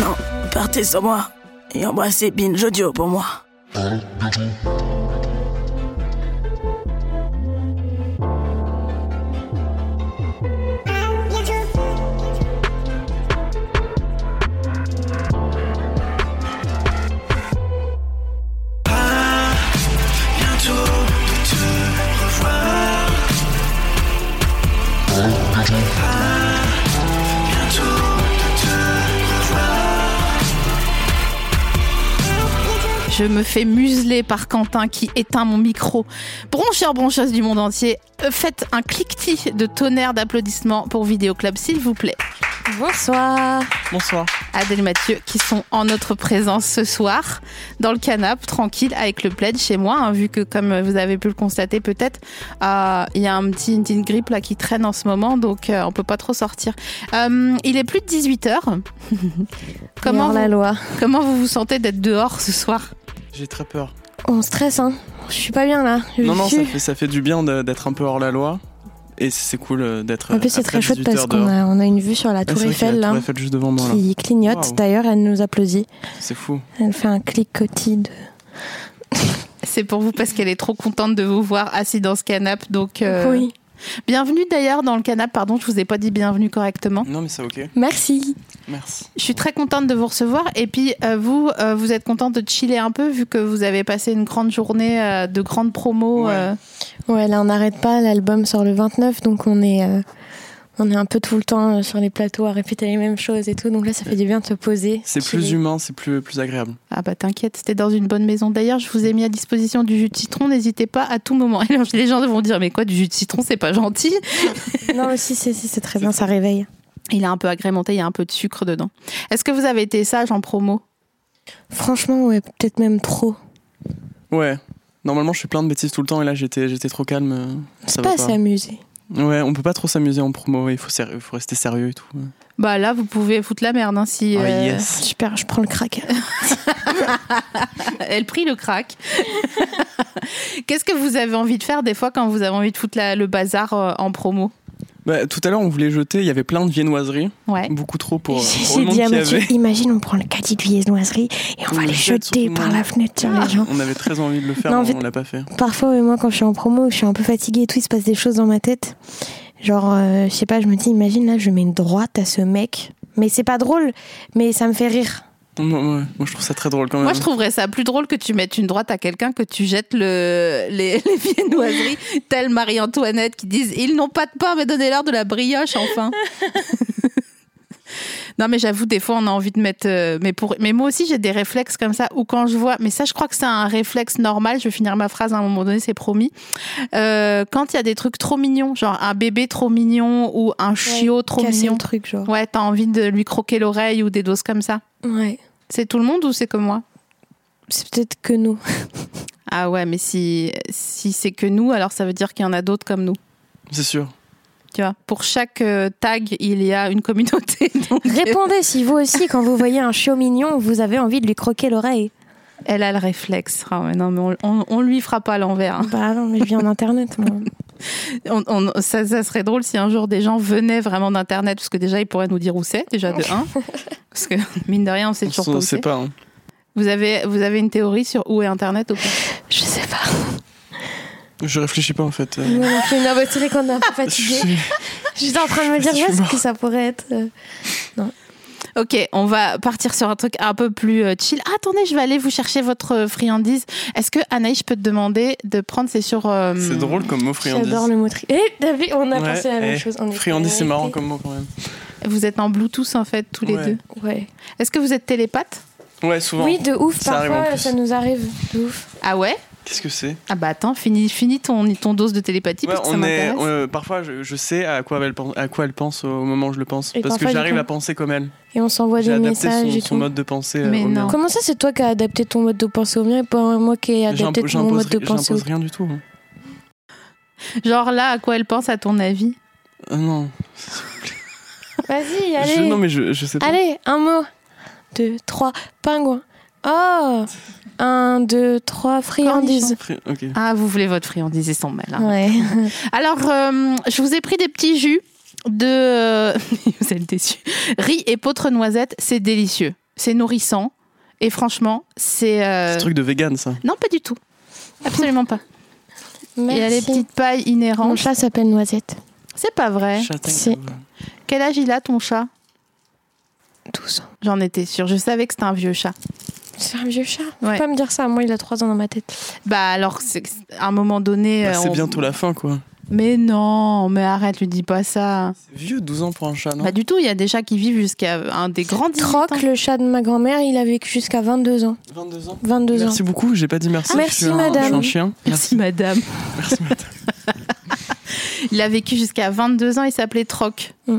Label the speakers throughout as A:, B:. A: Non, partez sans moi et embrassez Binge Audio pour moi.
B: Je me fais museler par Quentin qui éteint mon micro. Broncheurs, broncheuses du monde entier, euh, faites un cliquetis de tonnerre d'applaudissements pour Vidéoclub, s'il vous plaît.
C: Bonsoir. Bonsoir.
B: Adèle Mathieu qui sont en notre présence ce soir dans le canapé, tranquille, avec le plaid chez moi, hein, vu que comme vous avez pu le constater peut-être, euh, il y a un petit, une petite grippe là qui traîne en ce moment, donc euh, on peut pas trop sortir. Euh, il est plus de 18h. comment,
C: la
B: vous,
C: loi
B: comment vous vous sentez d'être dehors ce soir
D: J'ai très peur.
C: On stresse, hein. Je suis pas bien là. Je
D: Non, non,
C: suis.
D: ça fait, ça fait du bien de- d'être un peu hors la loi. Et c'est cool euh, d'être.
C: En plus, c'est très chouette parce qu'on
D: Ah,
C: a, on a une vue sur la Tour Eiffel là,
D: Tour Eiffel juste devant moi, là.
C: qui clignote.
D: Waouh.
C: D'ailleurs, elle nous applaudit.
D: C'est fou.
C: Elle fait un cliquetis. de-
B: C'est pour vous parce qu'elle est trop contente de vous voir assis dans ce canapé. Donc, euh,
C: Oui.
B: bienvenue d'ailleurs dans le canapé. Pardon, je vous ai pas dit bienvenue correctement.
D: Non, mais c'est ok.
C: Merci.
D: Merci.
B: Je suis très contente de vous recevoir. Et puis, euh, vous, euh, vous êtes contente de chiller un peu vu que vous avez passé une grande journée euh, de grandes promos.
D: Ouais.
B: euh.
C: Ouais, là, on n'arrête pas. L'album sort le 29, donc on est, euh, on est un peu tout le temps euh, sur les plateaux à répéter les mêmes choses et tout. Donc là, ça fait du bien de se poser.
D: C'est
C: chiller.
D: plus humain, c'est plus, plus agréable.
B: Ah bah t'inquiète, c'était dans une bonne maison. D'ailleurs, je vous ai mis à disposition du jus de citron. N'hésitez pas à tout moment. Et alors, les gens vont dire mais quoi du jus de citron, c'est pas gentil.
C: Non, mais si, si, si, c'est très bien. Ça réveille.
B: Il est un peu agrémenté, il y a un peu de sucre dedans. Est-ce que vous avez été sage en promo
C: Franchement, ouais, peut-être même trop.
D: Ouais. Normalement, je fais plein de bêtises tout le temps et là, j'étais j'étais trop calme. euh,
C: C'est
D: Ça va
C: pas
D: pas.
C: s'amuser.
D: Ouais, on peut pas trop s'amuser en promo. Il faut, sérieux- faut rester sérieux et tout. ouais.
B: Bah là, vous pouvez foutre la merde hein, si
D: Ah,
B: euh,
D: yes.
C: Super, je prends le crack.
B: elle prit le crack. Qu'est-ce que vous avez envie de faire des fois quand vous avez envie de foutre la- le bazar euh, en promo
D: Bah, tout à l'heure, on voulait jeter. Il y avait plein de viennoiseries.
B: Ouais.
D: Beaucoup trop pour, pour
C: J'ai
D: le monde
C: dit à
D: qu'il y
C: Mathieu,
D: avait.
C: imagine, on prend le caddie de viennoiserie et on
D: On
C: va
D: le
C: les
D: jette sur
C: jeter
D: tout le
C: par
D: monde.
C: la fenêtre sur les gens.
D: On avait très envie de le faire,
C: Non, en
D: mais
C: fait-
D: on l'a pas fait.
C: Parfois, ouais, moi, quand je suis en promo, je suis un peu fatiguée et tout, il se passe des choses dans ma tête. Genre, euh, je sais pas, je me dis, imagine, là, je mets une droite à ce mec. Mais c'est pas drôle, mais ça me fait rire.
D: Moi, ouais, moi, je trouve ça très drôle quand même.
B: Moi, je trouverais ça plus drôle que tu mettes une droite à quelqu'un que tu jettes le, les, les viennoiseries, telle Marie-Antoinette qui disent Ils n'ont pas de pain, mais donnez-leur de la brioche, enfin. non, mais j'avoue, des fois, on a envie de mettre. euh, mais, pour, mais moi aussi, j'ai des réflexes comme ça, ou quand je vois. Mais ça, je crois que c'est un réflexe normal. Je vais finir ma phrase à un moment donné, c'est promis. Euh, quand il y a des trucs trop mignons, genre un bébé trop mignon ou un chiot trop
C: Casser
B: mignon,
C: le truc, genre.
B: ouais, t'as envie de lui croquer l'oreille ou des doses comme ça.
C: Ouais.
B: C'est tout le monde ou c'est que moi
C: C'est peut-être que nous.
B: Ah ouais, mais si, si c'est que nous, alors ça veut dire qu'il y en a d'autres comme nous.
D: C'est sûr.
B: Tu vois, pour chaque euh, tag, il y a une communauté. donc,
C: Répondez si vous aussi, quand vous voyez un chiot mignon, vous avez envie de lui croquer l'oreille.
B: elle a le réflexe. Ah ouais, non, mais on, on, on lui fera pas à l'envers. hein.
C: Bah non, mais je viens d'Internet, moi.
B: On- on- ça, ça serait drôle si un jour des gens venaient vraiment d'Internet, parce que déjà, ils pourraient nous dire où c'est, déjà de 1. Parce que, mine de rien, on sait toujours pas
D: On
B: où
D: sait
B: c'est.
D: pas. hein.
B: Vous avez, vous avez une théorie sur où est Internet ou pas
C: Je sais pas.
D: Je réfléchis pas en fait. euh.
C: Moi non plus, non, mais c'est vrai qu'on est un peu
D: Je
C: fatigué.
D: suis-
C: J'étais en train de me dire,
D: Je suis
C: ouais, ce
D: mort.
C: que ça pourrait être. euh,
B: Ok, on va partir sur un truc un peu plus euh, chill. Ah, attendez, je vais aller vous chercher votre euh, friandise. Est-ce que Anaïs, je peux te demander de prendre C'est sur. euh,
D: C'est drôle comme mot friandise.
C: Hum, J'adore le mot tri. Eh, t'as vu, on a
D: Ouais,
C: pensé à la même
D: eh,
C: chose. on est
D: Friandise, c'est marrant
C: connectés.
D: comme mot quand même.
B: Vous êtes en Bluetooth en fait tous les
D: Ouais.
B: deux.
C: Ouais.
B: Est-ce que vous êtes télépathe
D: Ouais, souvent.
C: Oui, de ouf,
D: Ça arrive en
C: parfois
D: plus.
C: ça nous arrive. De ouf.
B: Ah ouais
D: Qu'est-ce que c'est
B: Ah bah attends, finis, finis ton, ton dose de télépathie
D: Ouais,
B: parce que ça
D: on est,
B: m'intéresse.
D: euh, Parfois, je, je sais à quoi, elle pense, à quoi elle pense au moment où je le pense.
C: Et
D: parce
C: parfois,
D: que
C: du
D: j'arrive
C: coup-
D: à penser comme elle.
C: Et on s'envoie
D: J'ai
C: des
D: adapté
C: messages
D: son,
C: et
D: son
C: tout.
D: mode de pensée euh,
B: Mais
D: au
B: non.
D: mien.
C: Comment ça, c'est toi qui as adapté ton mode de pensée au mien et pas moi qui ai adapté
D: J'impo-
C: mon
D: J'impose
C: mode de
D: ri-
C: pensée au
D: j'impose rien du tout. hein.
B: Genre là, à quoi elle pense à ton avis
D: Ah non.
C: Vas-y,
D: Je,
C: allez.
D: non, mais je, je sais pas.
C: Allez, un mot. Deux, trois, pingouin. Oh Un, deux, trois, friandise.
D: Fri- Ok.
B: Ah, vous voulez votre friandise, ils sont malins.
C: Ouais.
B: hein. Alors, euh, je vous ai pris des petits jus de. euh, vous êtes déçus. Riz et potre noisette, c'est délicieux. C'est nourrissant. Et franchement, c'est.
C: Ah,
B: euh,
D: C'est un truc de vegan, ça.
B: Non, pas du tout. Absolument pas. Il
C: Merci.
B: y a les petites pailles
C: Mon
B: inhérentes.
C: chat s'appelle Noisette.
B: C'est pas vrai.
D: Châtaigne.
C: c'est-
B: Quel âge il a ton chat
C: Tous.
B: J'en étais sûre. Je savais que c'était un vieux chat.
C: C'est un vieux chat.
B: Ouais.
C: Faut pas me dire ça. Moi, il a trois ans dans ma tête.
B: Bah alors, c'est- à un moment donné.
D: Bah,
B: euh,
D: c'est
B: on-
D: bientôt la fin, quoi.
B: Mais non, mais arrête, lui dis pas ça.
D: C'est vieux, 12 ans pour un chat,
C: Bah,
D: non
B: Pas du tout. Il y a des chats qui vivent jusqu'à un des grands. 18 ans.
C: Troc, le chat de ma grand-mère, il a vécu jusqu'à 22 ans.
D: 22 ans.
C: 22
D: Merci
C: ans.
D: beaucoup, j'ai pas dit merci.
C: Ah, merci,
D: je suis un-
C: madame.
D: Je suis un chien.
B: Merci, madame.
D: Merci, madame.
B: Il a vécu jusqu'à 22 ans, il s'appelait Troc.
C: Mm.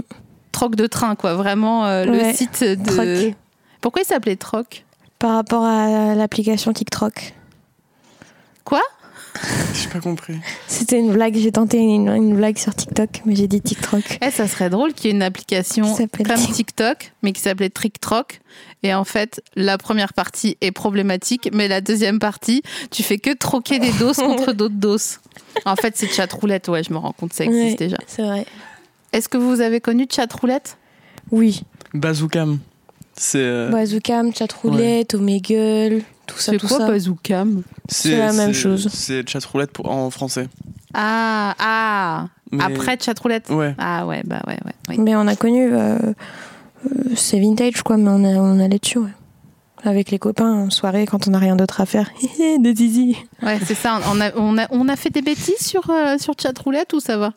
B: Troc de train, quoi. Vraiment euh, le
C: Ouais.
B: site de.
C: Troc.
B: Pourquoi il s'appelait Troc
C: Par rapport à l'application TikTok.
D: J'ai pas compris.
C: C'était une blague. J'ai tenté une, une blague sur TikTok, mais j'ai dit TikTok.
B: Eh, ça serait drôle qu'il y ait une application
C: Qui s'appelle
B: comme
C: Tic-
B: TikTok, mais qui s'appelait Trick Troc. Et en fait, la première partie est problématique, mais la deuxième partie, tu fais que troquer des doses contre d'autres doses. En fait, c'est chatroulette, ouais, je me rends compte, ça existe
C: Ouais.
B: déjà.
C: C'est vrai.
B: Est-ce que vous avez connu chatroulette
C: Oui.
D: Bazookam. C'est euh,
C: Bazookam, chatroulette, Omegle, tout ça,
B: C'est
C: tout
B: quoi
C: ça.
B: Bazookam
C: c'est la même
D: c'est-
C: chose.
D: C'est chatroulette pour, en français.
B: Ah, ah
D: Mais- Mm.
B: Après chatroulette
D: Ouais.
B: Ah ouais, bah ouais, ouais. oui.
C: Mais on a connu, euh, euh, c'est vintage quoi, mais on, a- on allait dessus, ouais. Avec les copains, en soirée, quand on n'a rien d'autre à faire. Hé, hé, Des zizi.
B: Ouais, c'est ça. On a, on, a, on a fait des bêtises sur, euh, sur chatroulette ou ça va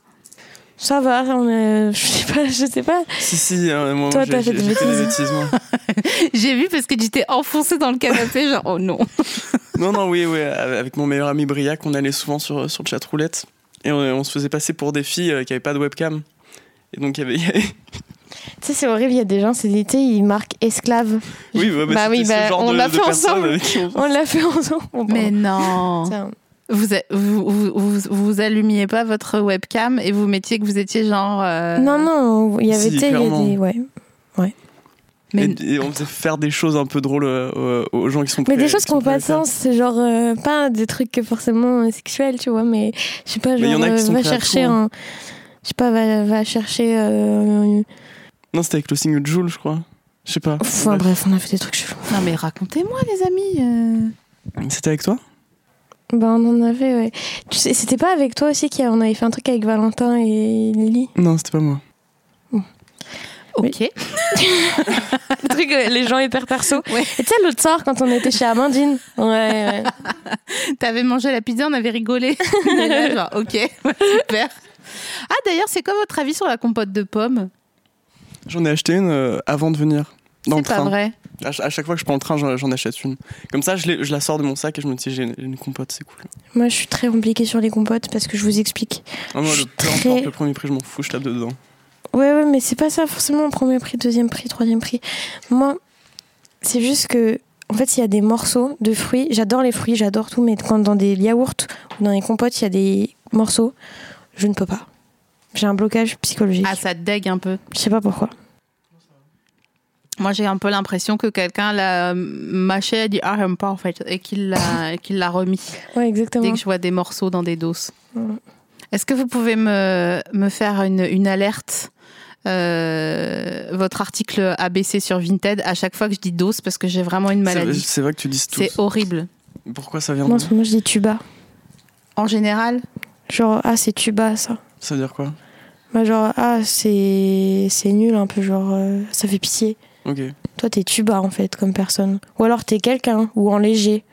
C: Ça va, on est- je sais pas, je sais pas.
D: Si, si, à un moment,
C: Toi, t'as
D: j'ai-
C: fait des
D: j'ai fait des
C: bêtises.
D: bêtises. moi.
B: J'ai vu parce que tu t'es enfoncé dans le canapé, genre oh non.
D: Non, non, oui, oui. Avec mon meilleur ami Briac, on allait souvent sur, sur chatroulette. Et on, on se faisait passer pour des filles euh, qui avaient pas de webcam. Et donc, il y avait. il y avait-
C: Tu sais, c'est horrible, il y a des gens, c'est tu sais, ils marquent esclave.
D: Oui, bah, bah,
C: Bah oui,
D: c'était
C: bah,
D: ce genre
C: on
D: de,
C: l'a
D: de
C: fait
D: personnes
C: ensemble.
D: avec qui on-
C: On l'a fait ensemble. Bon,
B: Mais non.
C: tiens.
B: Vous, a- vous, vous, vous, vous allumiez pas votre webcam et vous mettiez que vous étiez genre. euh,
C: Non, non, on- il y avait,
D: Si,
C: tu sais, il y a
D: clairement.
C: des. Ouais.
B: Mais
D: Et, et on faisait faire des choses un peu drôles euh, aux, aux gens qui sont
C: Mais
D: prêts-
C: des choses qui
D: sont
C: n'ont pas
D: prêts
C: de
D: à le faire.
C: sens, c'est genre euh, pas des trucs que forcément euh, sexuels, tu vois, mais je sais pas,
D: Mais y
C: genre
D: en a qui
C: euh,
D: sont
C: va
D: prêts à tout,
C: chercher
D: hein.
C: un. Je sais pas, va, va chercher. euh,
D: Non, c'était avec le signe de Joule, je crois. Je sais pas.
C: Enfin
D: Ouais.
C: bref, on a fait des trucs chelous.
B: Non mais racontez-moi les amis. euh.
D: C'était avec toi
C: Bah, on en avait, ouais. Tu sais, c'était pas avec toi aussi qu'on avait fait un truc avec Valentin et Lily
D: Non, c'était pas moi.
B: Ok.
C: Le truc, euh, les gens hyper perso.
B: Ouais.
C: Et tu sais, l'autre soir, quand on était chez Amandine. Ouais, ouais.
B: T'avais mangé la pizza, on avait rigolé. Et là, genre ok, ouais, super. Ah d'ailleurs, c'est quoi votre avis sur la compote de pommes
D: J'en ai acheté une euh, avant de venir. Dans le
B: C'est pas
D: train.
B: vrai.
D: À, ch- à chaque fois que je prends le train, j'en j'en achète une. Comme ça, je, l'ai- je la sors de mon sac et je me dis, j'ai une, j'ai une compote, c'est cool.
C: Moi, je suis très compliquée sur les compotes parce que je vous explique.
D: Ah, moi,
C: Je suis
D: le, peu importe
C: très-
D: le premier prix, je m'en fous, je tape dedans.
C: Ouais, ouais, mais c'est pas ça forcément, premier prix, deuxième prix, troisième prix. Moi, c'est juste que, en fait, il y a des morceaux de fruits. J'adore les fruits, j'adore tout, mais quand dans des yaourts ou dans des compotes, il y a des morceaux, je ne peux pas. J'ai un blocage psychologique.
B: Ah ça te dégue un peu.
C: Je sais pas pourquoi.
B: Moi, j'ai un peu l'impression que quelqu'un l'a euh, mâché, a dit Ah, j'aime pas en fait, et qu'il l'a, qu'il l'a remis
C: Ouais,
B: dès
C: exactement.
B: que je vois des morceaux dans des doses.
C: Ouais.
B: Est-ce que vous pouvez me, me faire une, une alerte euh, Votre article ABC sur Vinted, à chaque fois que je dis dose, parce que j'ai vraiment une
D: C'est
B: maladie.
D: c'est vrai que tu dis tout.
B: C'est horrible.
D: Pourquoi ça vient
C: Moi, en
D: de
C: ce moment, je dis tuba.
B: En général,
C: Genre, ah, c'est tuba, ça.
D: Ça veut dire quoi
C: Bah, genre, ah, c'est c'est nul un peu, genre, euh, ça fait pitié.
D: Ok.
C: Toi, t'es tuba en fait, comme personne. Ou alors t'es quelqu'un, ou en léger.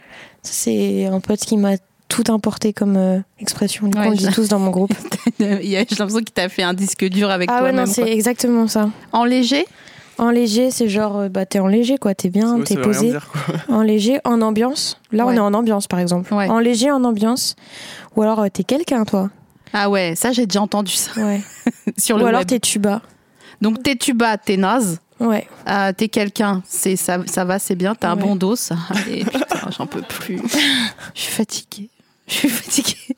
C: Ça, c'est un pote qui m'a tout importé comme euh, expression. Du coup,
B: Ouais,
C: on le dit
B: je-
C: tous dans mon groupe.
B: il y a- j'ai l'impression qu'il t'a fait un disque dur avec
C: ah ouais,
B: toi-même. quoi.
C: non, c'est exactement ça.
B: en léger
C: En léger, c'est genre, euh, bah, t'es en léger, quoi. T'es bien,
D: Ouais,
C: t'es
D: ça veut rien
C: posé.
D: dire, quoi.
C: En léger, en ambiance. Là, on
B: Ouais.
C: est en ambiance, par exemple.
B: Ouais.
C: En léger, en ambiance. Ou alors, euh, t'es quelqu'un, toi.
B: Ah ouais, ça j'ai déjà entendu ça
C: Ouais.
B: sur
C: Ou
B: le
C: alors,
B: web.
C: t'es tuba.
B: Donc t'es tuba, t'es naze,
C: Ouais.
B: euh, t'es quelqu'un, c'est ça, ça va, c'est bien, t'as un
C: Ouais.
B: bon dos. ça. Allez, putain, j'en peux plus. Je suis fatiguée. Je suis fatiguée.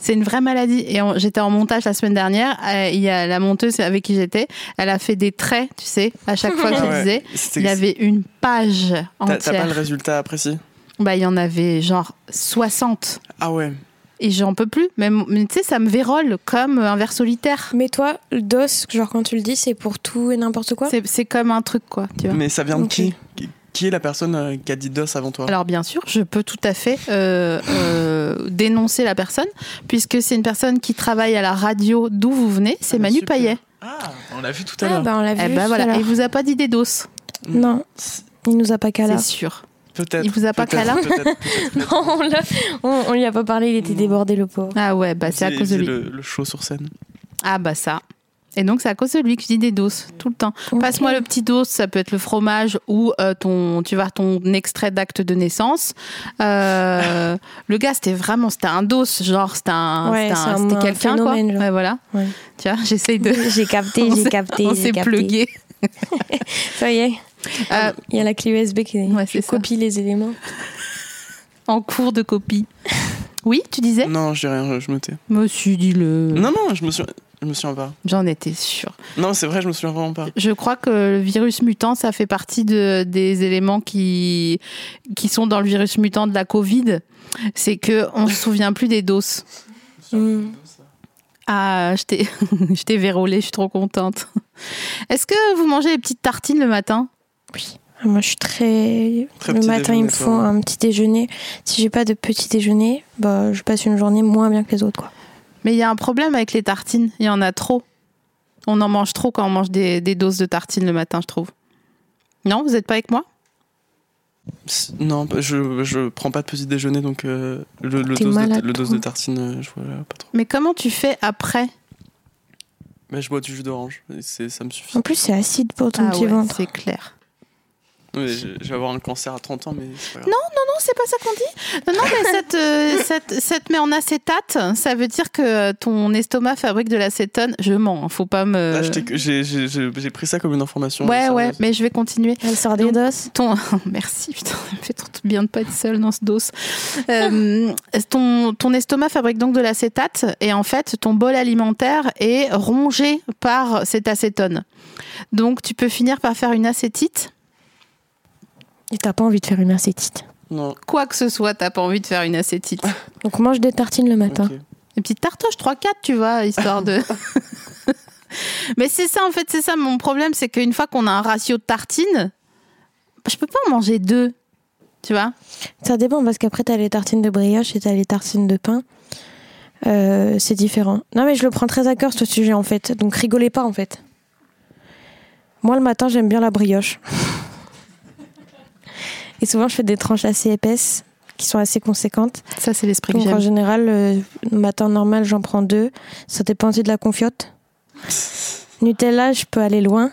B: C'est une vraie maladie. Et en- j'étais en montage la semaine dernière. euh, Il y a la monteuse avec qui j'étais. Elle a fait des traits, tu sais, à chaque fois que
D: Ah
B: je
D: ouais.
B: disais.
D: C'était-
B: Il y avait une page
D: T'as t'as pas le
B: entière.
D: résultat précis
B: Bah, il y en avait genre 60.
D: Ah ouais.
B: Et j'en peux plus. Même, mais tu sais, ça me vérole comme un ver solitaire.
C: Mais toi, le dos, genre, quand tu le dis, c'est pour tout et n'importe quoi.
B: C'est- C'est comme un truc, quoi. Tu vois.
D: Mais ça vient de
C: Ok.
D: qui Qui- Qui est la personne euh, qui a dit DOS avant toi
B: Alors bien sûr, je peux tout à fait euh, euh, dénoncer la personne, puisque c'est une personne qui travaille à la radio d'où vous venez, c'est
D: Ah,
B: Manu
D: super.
B: Payet.
D: Ah, on l'a vu tout à
C: Ah,
D: l'heure.
C: bah, on l'a vu.
B: Eh
C: tout
B: ben
C: à
B: voilà,
C: l'heure.
B: il vous a pas dit des doses,
C: Non, il nous a pas calé.
B: c'est sûr.
D: Peut-être.
B: Il vous a pas
D: peut-être,
B: câlin
D: peut-être, peut-être.
C: Non, on, l'a- on- on lui a pas parlé, il était débordé, le pauvre.
B: Ah ouais, bah c'est à
D: Il
B: cause de
D: faisait
B: lui.
D: Le, le show sur scène.
B: Ah bah ça. Et donc c'est à cause de lui que je dis des doses tout le temps. Passe-moi le petit dos, ça peut être le fromage ou euh, ton, tu vois, ton extrait d'acte de naissance. Euh, le gars, c'était vraiment, c'était un dos, genre c'était un,
C: Ouais,
B: c'était un-
C: c'est un-
B: c'était
C: un
B: quelqu'un quoi.
C: phénomène, genre.
B: Ouais, voilà.
C: Ouais.
B: Tu vois, j'essaye de.
C: J'ai capté,
B: On
C: j'ai
B: s'est-
C: capté.
B: On
C: j'ai
B: s'est
C: capté.
B: plugué.
C: Ça y est,
B: Euh,
C: il y a la clé USB qui
B: Ouais,
C: qui
B: c'est ça.
C: copie les éléments.
B: en cours de copie. Oui, tu disais
D: Non, je dis rien, je, je me tais.
B: Monsieur, dis-le.
D: Mm. Non, non, je me souviens, je me souviens pas.
B: J'en étais sûre.
D: Non, c'est vrai, je me souviens vraiment pas.
B: Je crois que le virus mutant, ça fait partie de, des éléments qui, qui sont dans le virus mutant de la Covid. C'est que on se souvient plus des doses.
C: Mm.
B: Ah, je t'ai je t'ai vérolée, je suis trop contente. Est-ce que vous mangez des petites tartines le matin
C: Oui. Moi, je suis très.
D: Très
C: le
D: petit
C: matin, ils me
D: déjeuner,
C: font
D: toi.
C: un petit déjeuner. Si j'ai pas de petit déjeuner, bah, je passe une journée moins bien que les autres, quoi.
B: Mais il y a un problème avec les tartines, il y en a trop. On en mange trop quand on mange des, des doses de tartines le matin, je trouve. Non, vous n'êtes pas avec moi
D: Psst, Non, bah, je, je prends pas de petit déjeuner, donc euh, le, le
C: T'es
D: dose de,
C: malade,
D: le dose
C: toi.
D: de tartine, euh, je vois là, pas trop.
B: Mais comment tu fais après
D: Mais je bois du jus d'orange, et c'est- ça me suffit.
B: Mm.
C: En plus, c'est acide pour ton petit
B: Ah ouais,
C: ventre.
B: C'est clair.
D: Non, mais je, je vais avoir un cancer à 30 ans, mais c'est pas grave.
B: Non, c'est pas ça qu'on dit. Non, non, mais cette, euh, cette, cette met en acétate, ça veut dire que ton estomac fabrique de l'acétone. Je mens, hein, faut pas me.
D: Ah, je t'ai- j'ai- j'ai j'ai- j'ai pris ça comme une information.
B: ouais,
D: ça-
B: ouais, mais je vais continuer.
C: Elle sort des
B: Donc-
C: doses.
B: Ton... Merci, putain, ça me fait trop bien de pas être seule dans ce dos. Euh, ton, ton estomac fabrique donc de l'acétate et en fait, ton bol alimentaire est rongé par cet acétone. Donc, tu peux finir par faire une acétite.
C: Et t'as pas envie de faire une ascétite.
D: Non,
B: Quoi que ce soit, t'as pas envie de faire une acétite.
C: Donc, mange des tartines le matin.
D: ok.
B: Une petite tartoche 3-4, tu vois, histoire de. Mais c'est ça, en fait, c'est ça mon problème, c'est qu'une fois qu'on a un ratio de tartines, je peux pas en manger deux. Tu vois
C: Ça dépend parce qu'après t'as les tartines de brioche et t'as les tartines de pain. Euh, c'est différent. Non mais je le prends très à cœur ce sujet en fait, donc rigolez pas en fait. Moi le matin j'aime bien la brioche. et souvent je fais des tranches assez épaisses qui sont assez conséquentes.
B: Ça, c'est l'esprit que
C: Donc en
B: j'aime.
C: général euh, le matin normal j'en prends deux. Ça dépend aussi de la confiote. Nutella je peux aller loin.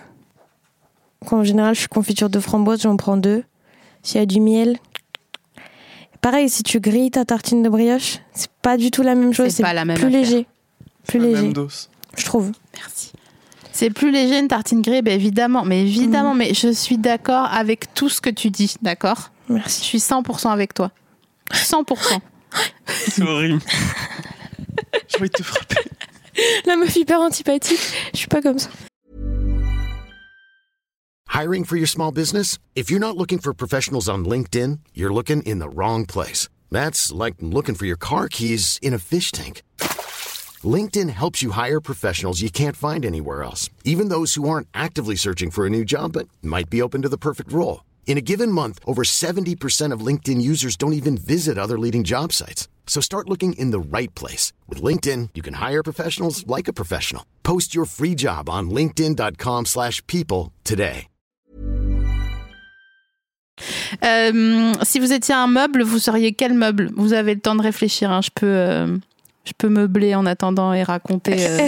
C: Donc, en général je suis confiture de framboise j'en prends deux. S'il y a du miel. Pareil, si tu grilles ta tartine de brioche, c'est pas du tout la même chose.
B: C'est
C: C'est
B: pas la même
C: plus
B: affaire.
C: léger. Plus
D: La
C: léger,
D: Même dose.
C: je trouve.
B: Merci. C'est plus léger une tartine grille, ben évidemment, mais évidemment, mais je suis d'accord avec tout ce que tu dis, d'accord Je
C: Merci.
B: suis 100% avec toi. 100%.
D: C'est horrible. J'ai envie de te frapper.
C: La meuf hyper antipathique, je suis pas comme ça.
E: Hiring for your small business? If you're not looking for professionals on LinkedIn, you're looking in the wrong place. That's like looking for your car keys in a fish tank. LinkedIn helps you hire professionals you can't find anywhere else, even those who aren't actively searching for a new job but might be open to the perfect role. In a given month, over 70% of LinkedIn users don't even visit other leading job sites. So start looking in the right place. With LinkedIn, you can hire professionals like a professional. Post your free job on linkedin.com/people slash people today.
B: Euh, si vous étiez un meuble, vous seriez quel meuble Vous avez le temps de réfléchir, hein, je, peux, euh, je peux meubler en attendant et raconter. euh,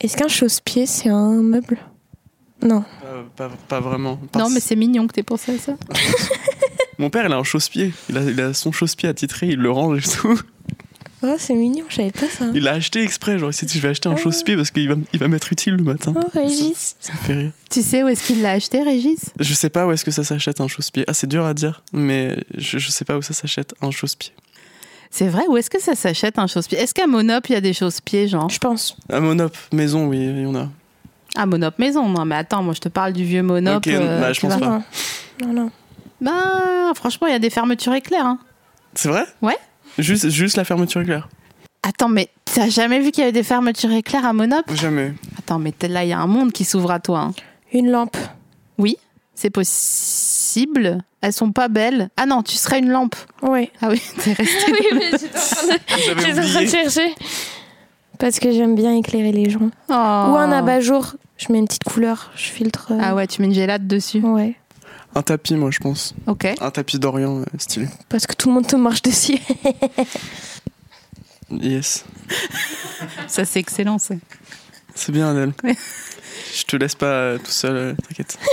C: Est-ce qu'un chausse-pied c'est un meuble Non.
D: Pas, pas- pas vraiment.
B: Non,
D: Parce-
B: mais c'est mignon que t'aies pensé à ça.
D: Mon père, il a un chausse-pied. Il a, il a son chausse-pied attitré, il le range et tout.
C: Oh, c'est mignon, je savais pas ça.
D: Il l'a acheté exprès. Genre, il s'est dit, je vais acheter un chausse-pied parce qu'il va, m- il va m'être utile le matin.
B: Ah.
C: Oh, Régis.
D: Ça me fait rire.
B: Tu sais où est-ce qu'il l'a acheté, Régis
D: Je sais pas où est-ce que ça s'achète un chausse-pied. Ah, c'est dur à dire, mais je, je sais pas où ça s'achète un chausse-pied.
B: C'est vrai, où est-ce que ça s'achète un chausse-pied Est-ce qu'à Monop, il y a des chausse-pieds, genre
C: Je pense.
D: À Ah, Monop, maison, oui, il y en a.
B: Ah, Monop maison, non, mais attends, moi je te parle du vieux Monop. euh,
D: Ok, bah, je
B: tu
D: pense
B: vois.
D: pas.
C: Non, non, non.
B: Bah, franchement, il y a des fermetures éclairs. hein.
D: C'est vrai
B: Ouais.
D: Juste, juste la fermeture éclair.
B: Attends, mais t'as jamais vu qu'il y avait des fermetures éclairs à Monop
D: Jamais.
B: Attends, mais t'es- là, il y a un monde qui s'ouvre à toi. hein.
C: Une lampe.
B: C'est possible Elles sont pas belles. Ah non, tu serais une lampe.
C: Ouais.
B: Ah oui, t'es restée.
C: oui, mais j'étais en train de-
D: J'avais
C: j'étais en train de
D: oublié.
C: chercher. Parce que j'aime bien éclairer les gens.
B: Oh.
C: Ou un abat-jour. Je mets une petite couleur, je filtre. euh,
B: Ah ouais, tu mets une gélade dessus.
C: Ouais.
D: Un tapis, moi, je pense.
B: Ok.
D: Un tapis d'Orient, euh, stylé.
C: Parce que tout le monde te marche dessus.
D: Yes.
B: Ça, c'est excellent, ça.
D: C'est bien, Adèle.
B: Ouais.
D: Je te laisse pas euh, tout seul, euh, t'inquiète.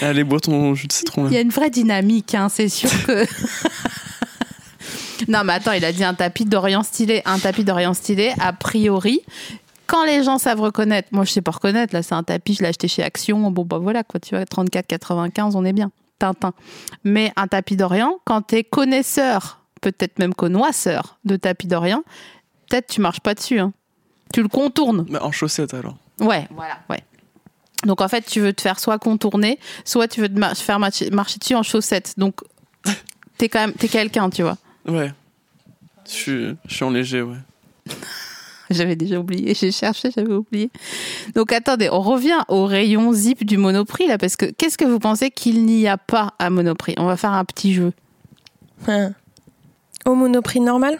D: Allez, bois ton jus de citron,
B: Il y
D: là.
B: a une vraie dynamique, hein, c'est sûr que. non, mais attends, il a dit un tapis d'Orient stylé. Un tapis d'Orient stylé, a priori, quand les gens savent reconnaître, moi je sais pas reconnaître, là c'est un tapis, je l'ai acheté chez Action, bon bah voilà quoi, tu vois, 34,95, on est bien. Tintin. Mais un tapis d'Orient, quand t'es connaisseur, peut-être même connoisseur de tapis d'Orient, peut-être tu marches pas dessus. hein. Tu le contournes.
D: Bah, en chaussette, alors.
B: Ouais, voilà, ouais. Donc en fait, tu veux te faire soit contourner, soit tu veux te mar- faire marcher, marcher dessus en chaussettes. Donc t'es quand même t'es quelqu'un, tu vois.
D: Ouais. Je suis, je suis en léger, ouais.
B: J'avais déjà oublié, j'ai cherché, j'avais oublié. Donc attendez, on revient au rayon zip du Monoprix là, parce que qu'est-ce que vous pensez qu'il n'y a pas à Monoprix On va faire un petit jeu.
C: Hein. Au monoprix normal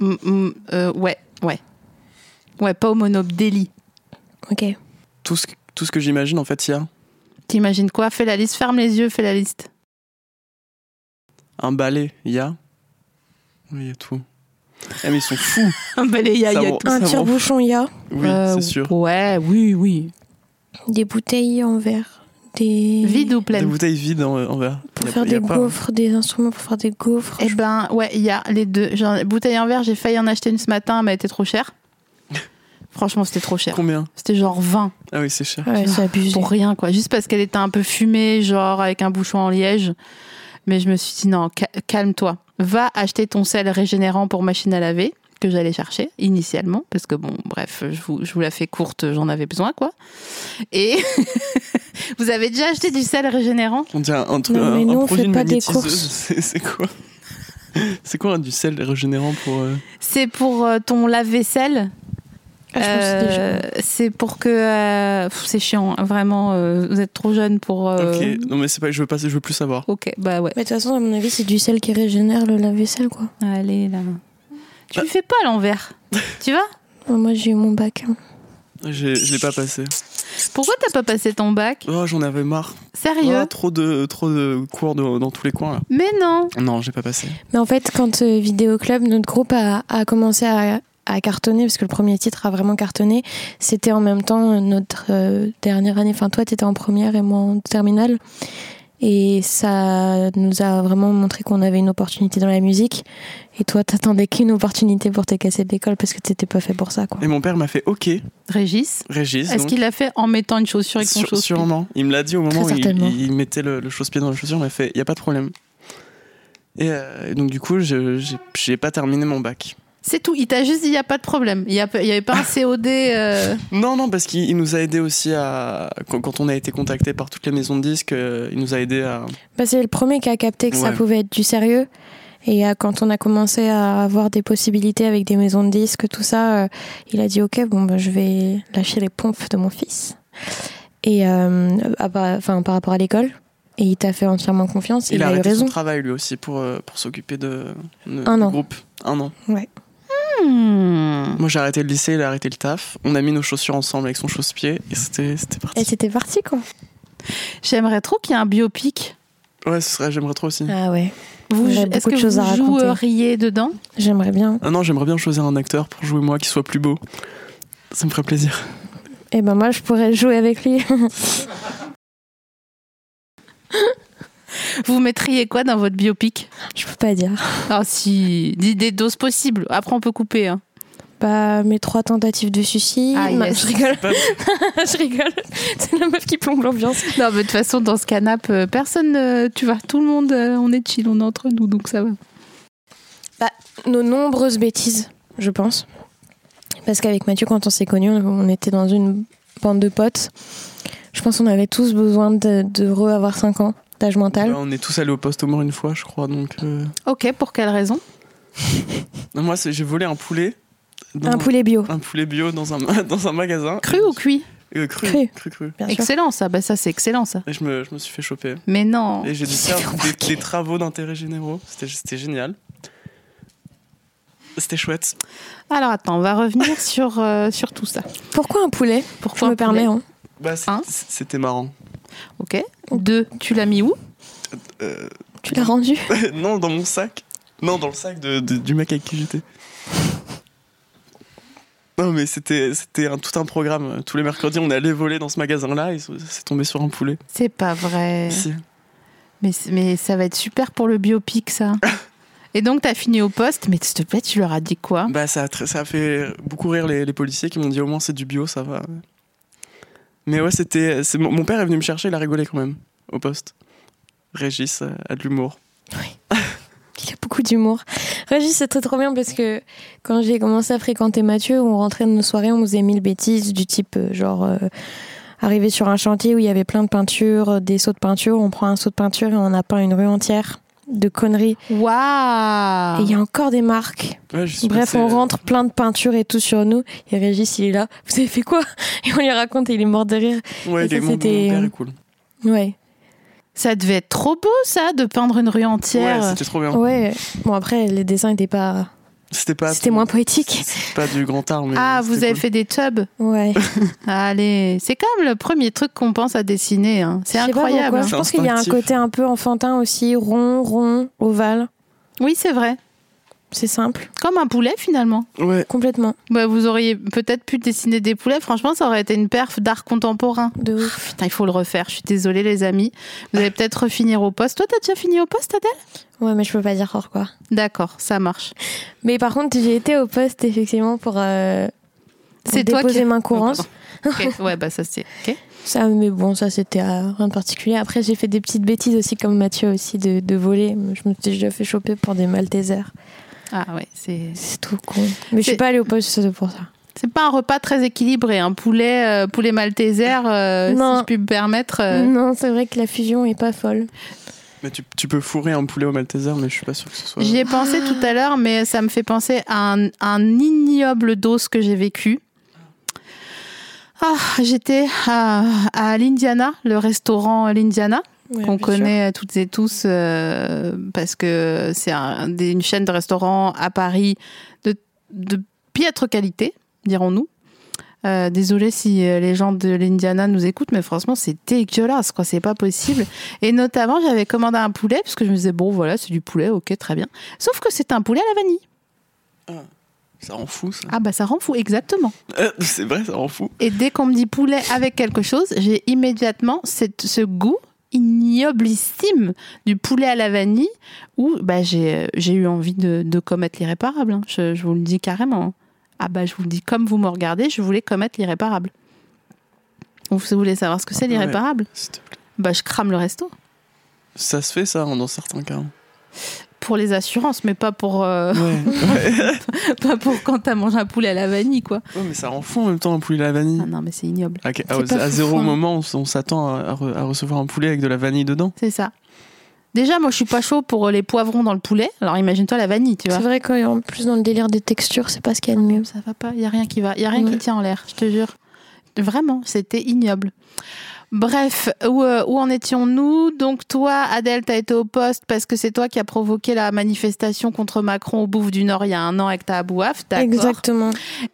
B: Mm, mm, euh, ouais, ouais, ouais, pas au Monopdéli.
C: Ok.
D: Tout ce, que- tout ce que j'imagine, en fait, il y a
B: T'imagines quoi Fais la liste, ferme les yeux, fais la liste.
D: un balai, il y a. Oui, il y a tout. Ah, mais ils sont fous.
B: Un balayage.
D: Ça m'en-
C: Un euh,
D: ça m'en-
C: tire-bouchon, il y a
D: Oui, c'est sûr.
B: Euh, Ouais, oui, oui.
C: des bouteilles en verre, des.
B: Vide ou
D: Des
B: pleine
D: bouteilles vides en, en verre.
C: Pour
D: Y a-
C: faire
D: y a
C: des
D: pas-
C: gaufres, des instruments pour faire des gaufres.
B: Eh ben ouais, il y a les deux. Genre, bouteille en verre, j'ai failli en acheter une ce matin, mais elle était trop chère. Franchement, c'était trop cher.
D: Combien
B: C'était genre 20
D: Ah oui, c'est cher.
C: Ouais, c'est abusé.
B: pour rien quoi, juste parce qu'elle était un peu fumée, genre avec un bouchon en liège. Mais je me suis dit non, ca- calme-toi. Va acheter ton sel régénérant pour machine à laver que j'allais chercher initialement parce que bon, bref, je vous, je vous la fais courte, j'en avais besoin quoi. Et vous avez déjà acheté du sel régénérant
D: On dirait un, truc,
C: Non, mais
D: un,
C: nous,
D: un
C: on
D: produit
C: fait
D: de
C: pas des
D: magnétiseuse.
C: courses.
D: C'est c'est quoi C'est quoi hein, du sel régénérant pour. euh,
B: C'est pour euh, ton lave-vaisselle
C: Ah, je pense que c'est déjà-
B: Euh, c'est pour que euh, pff, c'est chiant hein, vraiment euh, vous êtes trop jeune pour euh,
D: Ok, non mais c'est pas, je veux pas, je veux plus savoir.
B: ok bah ouais
C: Mais de toute façon, à mon avis, c'est du sel qui régénère le lave-vaisselle, quoi.
B: allez là tu le fais pas à l'envers tu vois
C: Bon, moi, j'ai eu mon bac. hein.
D: J'ai- Je l'ai pas passé.
B: pourquoi t'as pas passé ton bac
D: Oh, j'en avais marre.
B: sérieux
C: hein.
D: Ah, trop de, trop de cours de- dans tous les coins là.
B: mais non
D: Non, j'ai pas passé.
C: Mais en fait, quand euh, Vidéo Club, notre groupe a, a commencé à, à cartonner, parce que le premier titre a vraiment cartonné, c'était en même temps euh, notre euh, dernière année. Enfin, toi, t'étais en première et moi en terminale. Et ça nous a vraiment montré qu'on avait une opportunité dans la musique. Et toi, t'attendais qu'une opportunité pour te casser de l'école parce que t'étais pas fait pour ça, quoi.
D: Et mon père m'a fait OK,
B: Régis
D: Régis.
B: est-ce
D: donc.
B: qu'il l'a fait en mettant une chaussure avec son
D: Sû-
B: chaussure
D: Sûrement. Il me l'a dit au moment
C: Très
D: où il,
C: certainement.
D: il mettait le, le chausse-pied dans la chaussure. Il m'a fait, il y a pas de problème. Et euh, donc du coup, je- j'ai j'ai pas terminé mon bac.
B: c'est tout il t'a juste dit il y a pas de problème il y, a pas- il y avait pas un COD euh,
D: Non, non, parce qu'il il nous a aidé aussi à quand, quand on a été contacté par toutes les maisons de disques, euh, il nous a aidé à.
C: Bah, c'est le premier qui a capté que ça
D: Ouais.
C: pouvait être du sérieux. Et euh, quand on a commencé à avoir des possibilités avec des maisons de disques, tout ça, euh, il a dit Ok, bon, bah, je vais lâcher les pompes de mon fils. Et euh, à part- enfin, par rapport à l'école. Et il t'a fait entièrement confiance. Il,
D: Il, a,
C: a, eu
D: arrêté
C: raison.
D: son travail lui aussi pour, euh, pour s'occuper de, de-
C: Un
D: du
C: an.
D: groupe. Un an.
B: hmm.
D: Moi j'ai arrêté le lycée, il a arrêté le taf. On a mis nos chaussures ensemble avec son chausse-pied et c'était c'était
C: Et
D: parti.
C: c'était parti, quoi.
B: j'aimerais trop qu'il y ait un biopic
D: Ouais, ce serait, j'aimerais trop aussi.
C: Ah ouais.
B: vous
C: Il y a
B: jou- est-ce
C: beaucoup
B: que
C: de choses à
B: vous
C: raconter.
B: joueriez dedans
C: J'aimerais bien.
D: Ah non, j'aimerais bien choisir un acteur pour jouer moi qui soit plus beau. Ça me ferait plaisir.
C: Et ben moi, je pourrais jouer avec lui.
B: Vous mettriez quoi dans votre biopic
C: je peux pas dire.
B: Ah si, des, des doses possibles. Après, on peut couper. hein.
C: Bah, mes trois tentatives de suicide.
B: Ah,
C: Non,
B: yes.
C: Je rigole.
D: Pas-
C: je rigole. C'est la meuf qui plombe l'ambiance.
B: Non, mais de toute façon, dans ce canapé, euh, personne, euh, tu vois, tout le monde, euh, on est chill, on est entre nous, donc ça va.
C: Nos nombreuses bêtises, je pense. Parce qu'avec Mathieu, quand on s'est connus, on était dans une bande de potes. Je pense qu'on avait tous besoin de, de re-avoir 5 ans d'âge mental.
D: Là, on est tous allés au poste au moins une fois, je crois. Donc, euh,
B: Ok, pour quelle raison
D: non, moi, c'est- j'ai volé un poulet. dans-
C: Un poulet bio,
D: un poulet bio dans un, ma- dans un magasin.
B: Cru ou cuit
D: Euh, cru,
C: Cru.
D: cru, cru,
C: bien sûr.
B: Excellent, ça, bah ça c'est excellent ça.
D: Et je me, je me suis fait choper.
B: Mais non.
D: Et j'ai dû
C: s'est fait
D: faire des,
C: remarquer.
D: des travaux d'intérêt généraux. C'était c'était génial. C'était chouette.
B: Alors attends, on va revenir sur, euh, sur tout ça.
C: Pourquoi un poulet Je
B: Pourquoi
C: me
B: un poulet
C: permets. Hein.
D: Bah, c'est-
B: Hein
D: c'était marrant.
B: Ok. Deux, tu l'as mis où
D: Euh,
C: Tu l'as rendu
D: non, dans mon sac. Non, dans le sac de- de- du mec avec qui j'étais. Non, mais c'était c'était un, tout un programme. Tous les mercredis, on allait voler dans ce magasin-là et c'est tombé sur un poulet.
B: C'est pas vrai.
D: Si.
B: Mais, mais ça va être super pour le biopic ça. Et donc t'as fini au poste, mais s'il te plaît, tu leur as dit
C: hein
B: quoi
D: Bah, ça a, tr- ça a fait beaucoup rire les, les policiers qui m'ont dit au moins c'est du bio, ça va. Mais ouais, c'était. c'est- Mon mon père est venu me chercher, il a rigolé quand même, au poste. Régis euh, a de l'humour.
C: Il a beaucoup d'humour. Régis, c'est très trop bien parce que quand j'ai commencé à fréquenter Mathieu, on rentrait de nos soirées, on faisait mille bêtises du type euh, genre euh, arriver sur un chantier où il y avait plein de peintures, euh, des sauts de peinture, on prend un saut de peinture et on a peint une rue entière de conneries. Et il y
B: Waouh
C: a encore des marques.
D: Ouais, je suis
C: Bref,
D: passé- euh,
C: on rentre plein de peintures et tout sur nous. Et Régis, il est là. Vous avez fait quoi Et on lui raconte et il est mort de rire. Et
D: Ouais, il
C: ça,
D: est- mon, mon
C: c'était-
D: père est cool.
C: Ouais.
B: Ça devait être trop beau ça, de peindre une rue entière.
D: Ouais, c'était trop bien.
C: Ouais. Bon, après, les dessins n'étaient pas.
D: C'était pas.
C: C'était moins poétique.
D: C'était pas du grand art, mais.
B: ah, vous
D: c'était
B: avez
D: cool.
B: fait des tubs
C: Ouais.
B: Allez, c'est quand même le premier truc qu'on pense à dessiner. hein. C'est
C: Je sais pas
B: incroyable.
C: pourquoi,
B: hein.
D: C'est
C: Je pense qu'il y a un
D: instinctif.
C: côté un peu enfantin aussi, rond, rond, ovale.
B: Oui, c'est vrai.
C: C'est simple,
B: Comme un poulet finalement.
D: Ouais.
C: complètement.
B: Bah, vous auriez peut-être pu dessiner des poulets. Franchement, ça aurait été une perf d'art contemporain. Ah,
C: De ouf.
B: Putain, il faut le refaire. Je suis désolée, les amis. Vous allez peut-être finir au poste. Toi, t'as déjà fini au poste, Adèle
C: Ouais, mais je peux pas dire hors quoi.
B: D'accord, ça marche.
C: Mais par contre, j'ai été au poste effectivement pour, euh, pour
B: C'est toi
C: déposer
B: qui-
C: main courante.
B: Oh, pardon. Ok, Ouais, bah ça c'est. ok.
C: ça, mais bon, ça c'était euh, rien de particulier. Après, j'ai fait des petites bêtises aussi, comme Mathieu aussi, de, de voler. Je me suis déjà fait choper pour des Maltesers.
B: Ah ouais, c'est.
C: C'est tout con. Mais je
B: C'est-
C: suis pas allée au poste pour ça.
B: C'est pas un repas très équilibré. Un poulet, euh, poulet malteser, euh,
C: Non.
B: si je puis me permettre. euh,
C: Non, c'est vrai que la fusion est pas folle.
D: Mais tu, tu peux fourrer un poulet au Malteser, mais je suis pas sûr que ce soit.
B: J'y ai pensé tout à l'heure, mais ça me fait penser à un, un ignoble dos que j'ai vécu. Ah, j'étais à, à l'Indiana, le restaurant l'Indiana,
C: Ouais,
B: qu'on
C: bien sûr.
B: connaît toutes et tous, euh, parce que c'est un des- une chaîne de restaurants à Paris de, de piètre qualité, dirons-nous. Euh, désolé si euh, les gens de l'Indiana nous écoutent, mais franchement, c'est dégueulasse, quoi. C'est pas possible. Et notamment, j'avais commandé un poulet, parce que je me disais, bon, voilà, c'est du poulet, ok, très bien. Sauf que c'est un poulet à la vanille.
D: Ça rend fou, ça.
B: Ah, bah, ça rend fou, exactement.
C: Ah.
D: Euh, c'est vrai, ça rend fou.
B: Et dès qu'on me dit poulet avec quelque chose, j'ai immédiatement cette- ce goût ignoblissime du poulet à la vanille où bah, j'ai j'ai eu envie de, de commettre l'irréparable. hein. Je, je vous le dis carrément. Ah bah je vous le dis comme vous me regardez, je voulais commettre l'irréparable. Ou si vous voulez savoir ce que c'est
D: Ouais.
B: l'irréparable,
D: S'il te plaît.
B: bah je crame le resto
D: Ça se fait, ça, hein, dans certains cas.
B: pour les assurances, mais pas pour euh,
D: Ouais.
B: pas pour quand t'as mangé un poulet à la vanille quoi.
D: Ouais, mais ça rend fou en même temps un poulet à la vanille.
B: Ah non mais c'est ignoble.
D: À, à-
C: C'est pas
D: à
C: fou,
D: zéro
C: hein.
D: moment, on, s- on s'attend à, à re- à recevoir un poulet avec de la vanille dedans.
B: C'est ça. Déjà moi je suis pas chaud pour euh, les poivrons dans le poulet. Alors imagine-toi la vanille tu vois.
C: C'est vrai qu'en plus, dans le délire des textures, c'est pas ce qu'il y a de mieux.
B: Ça va pas, il y a rien qui va, il y a rien
C: Ouais.
B: qui tient en l'air, je te jure. Vraiment, c'était ignoble. Bref, où, euh, où en étions-nous Donc toi, Adèle, t'as été au poste parce que c'est toi qui as provoqué la manifestation contre Macron au Bouffe du Nord il y a un an avec ta abouaf, d'accord
C: Exactement.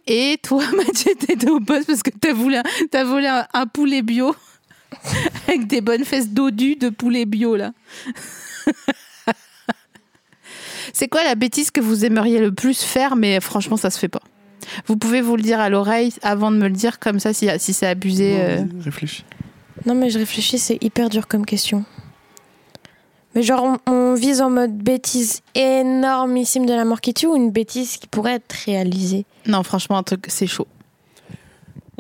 B: Et toi, Mathieu, t'étais au poste parce que t'as voulu, un- t'as volé un, un poulet bio avec des bonnes fesses dodues de poulet bio là. c'est quoi la bêtise que vous aimeriez le plus faire Mais franchement, ça se fait pas. Vous pouvez vous le dire à l'oreille avant de me le dire, comme ça, si, si c'est abusé. euh,
D: Bon, Réfléchis.
C: Non, mais je réfléchis, c'est hyper dur comme question. Mais genre, on, on vise en mode bêtise énormissime de la mort qui tue ou une bêtise qui pourrait être réalisée
B: Non, franchement, un truc, c'est chaud.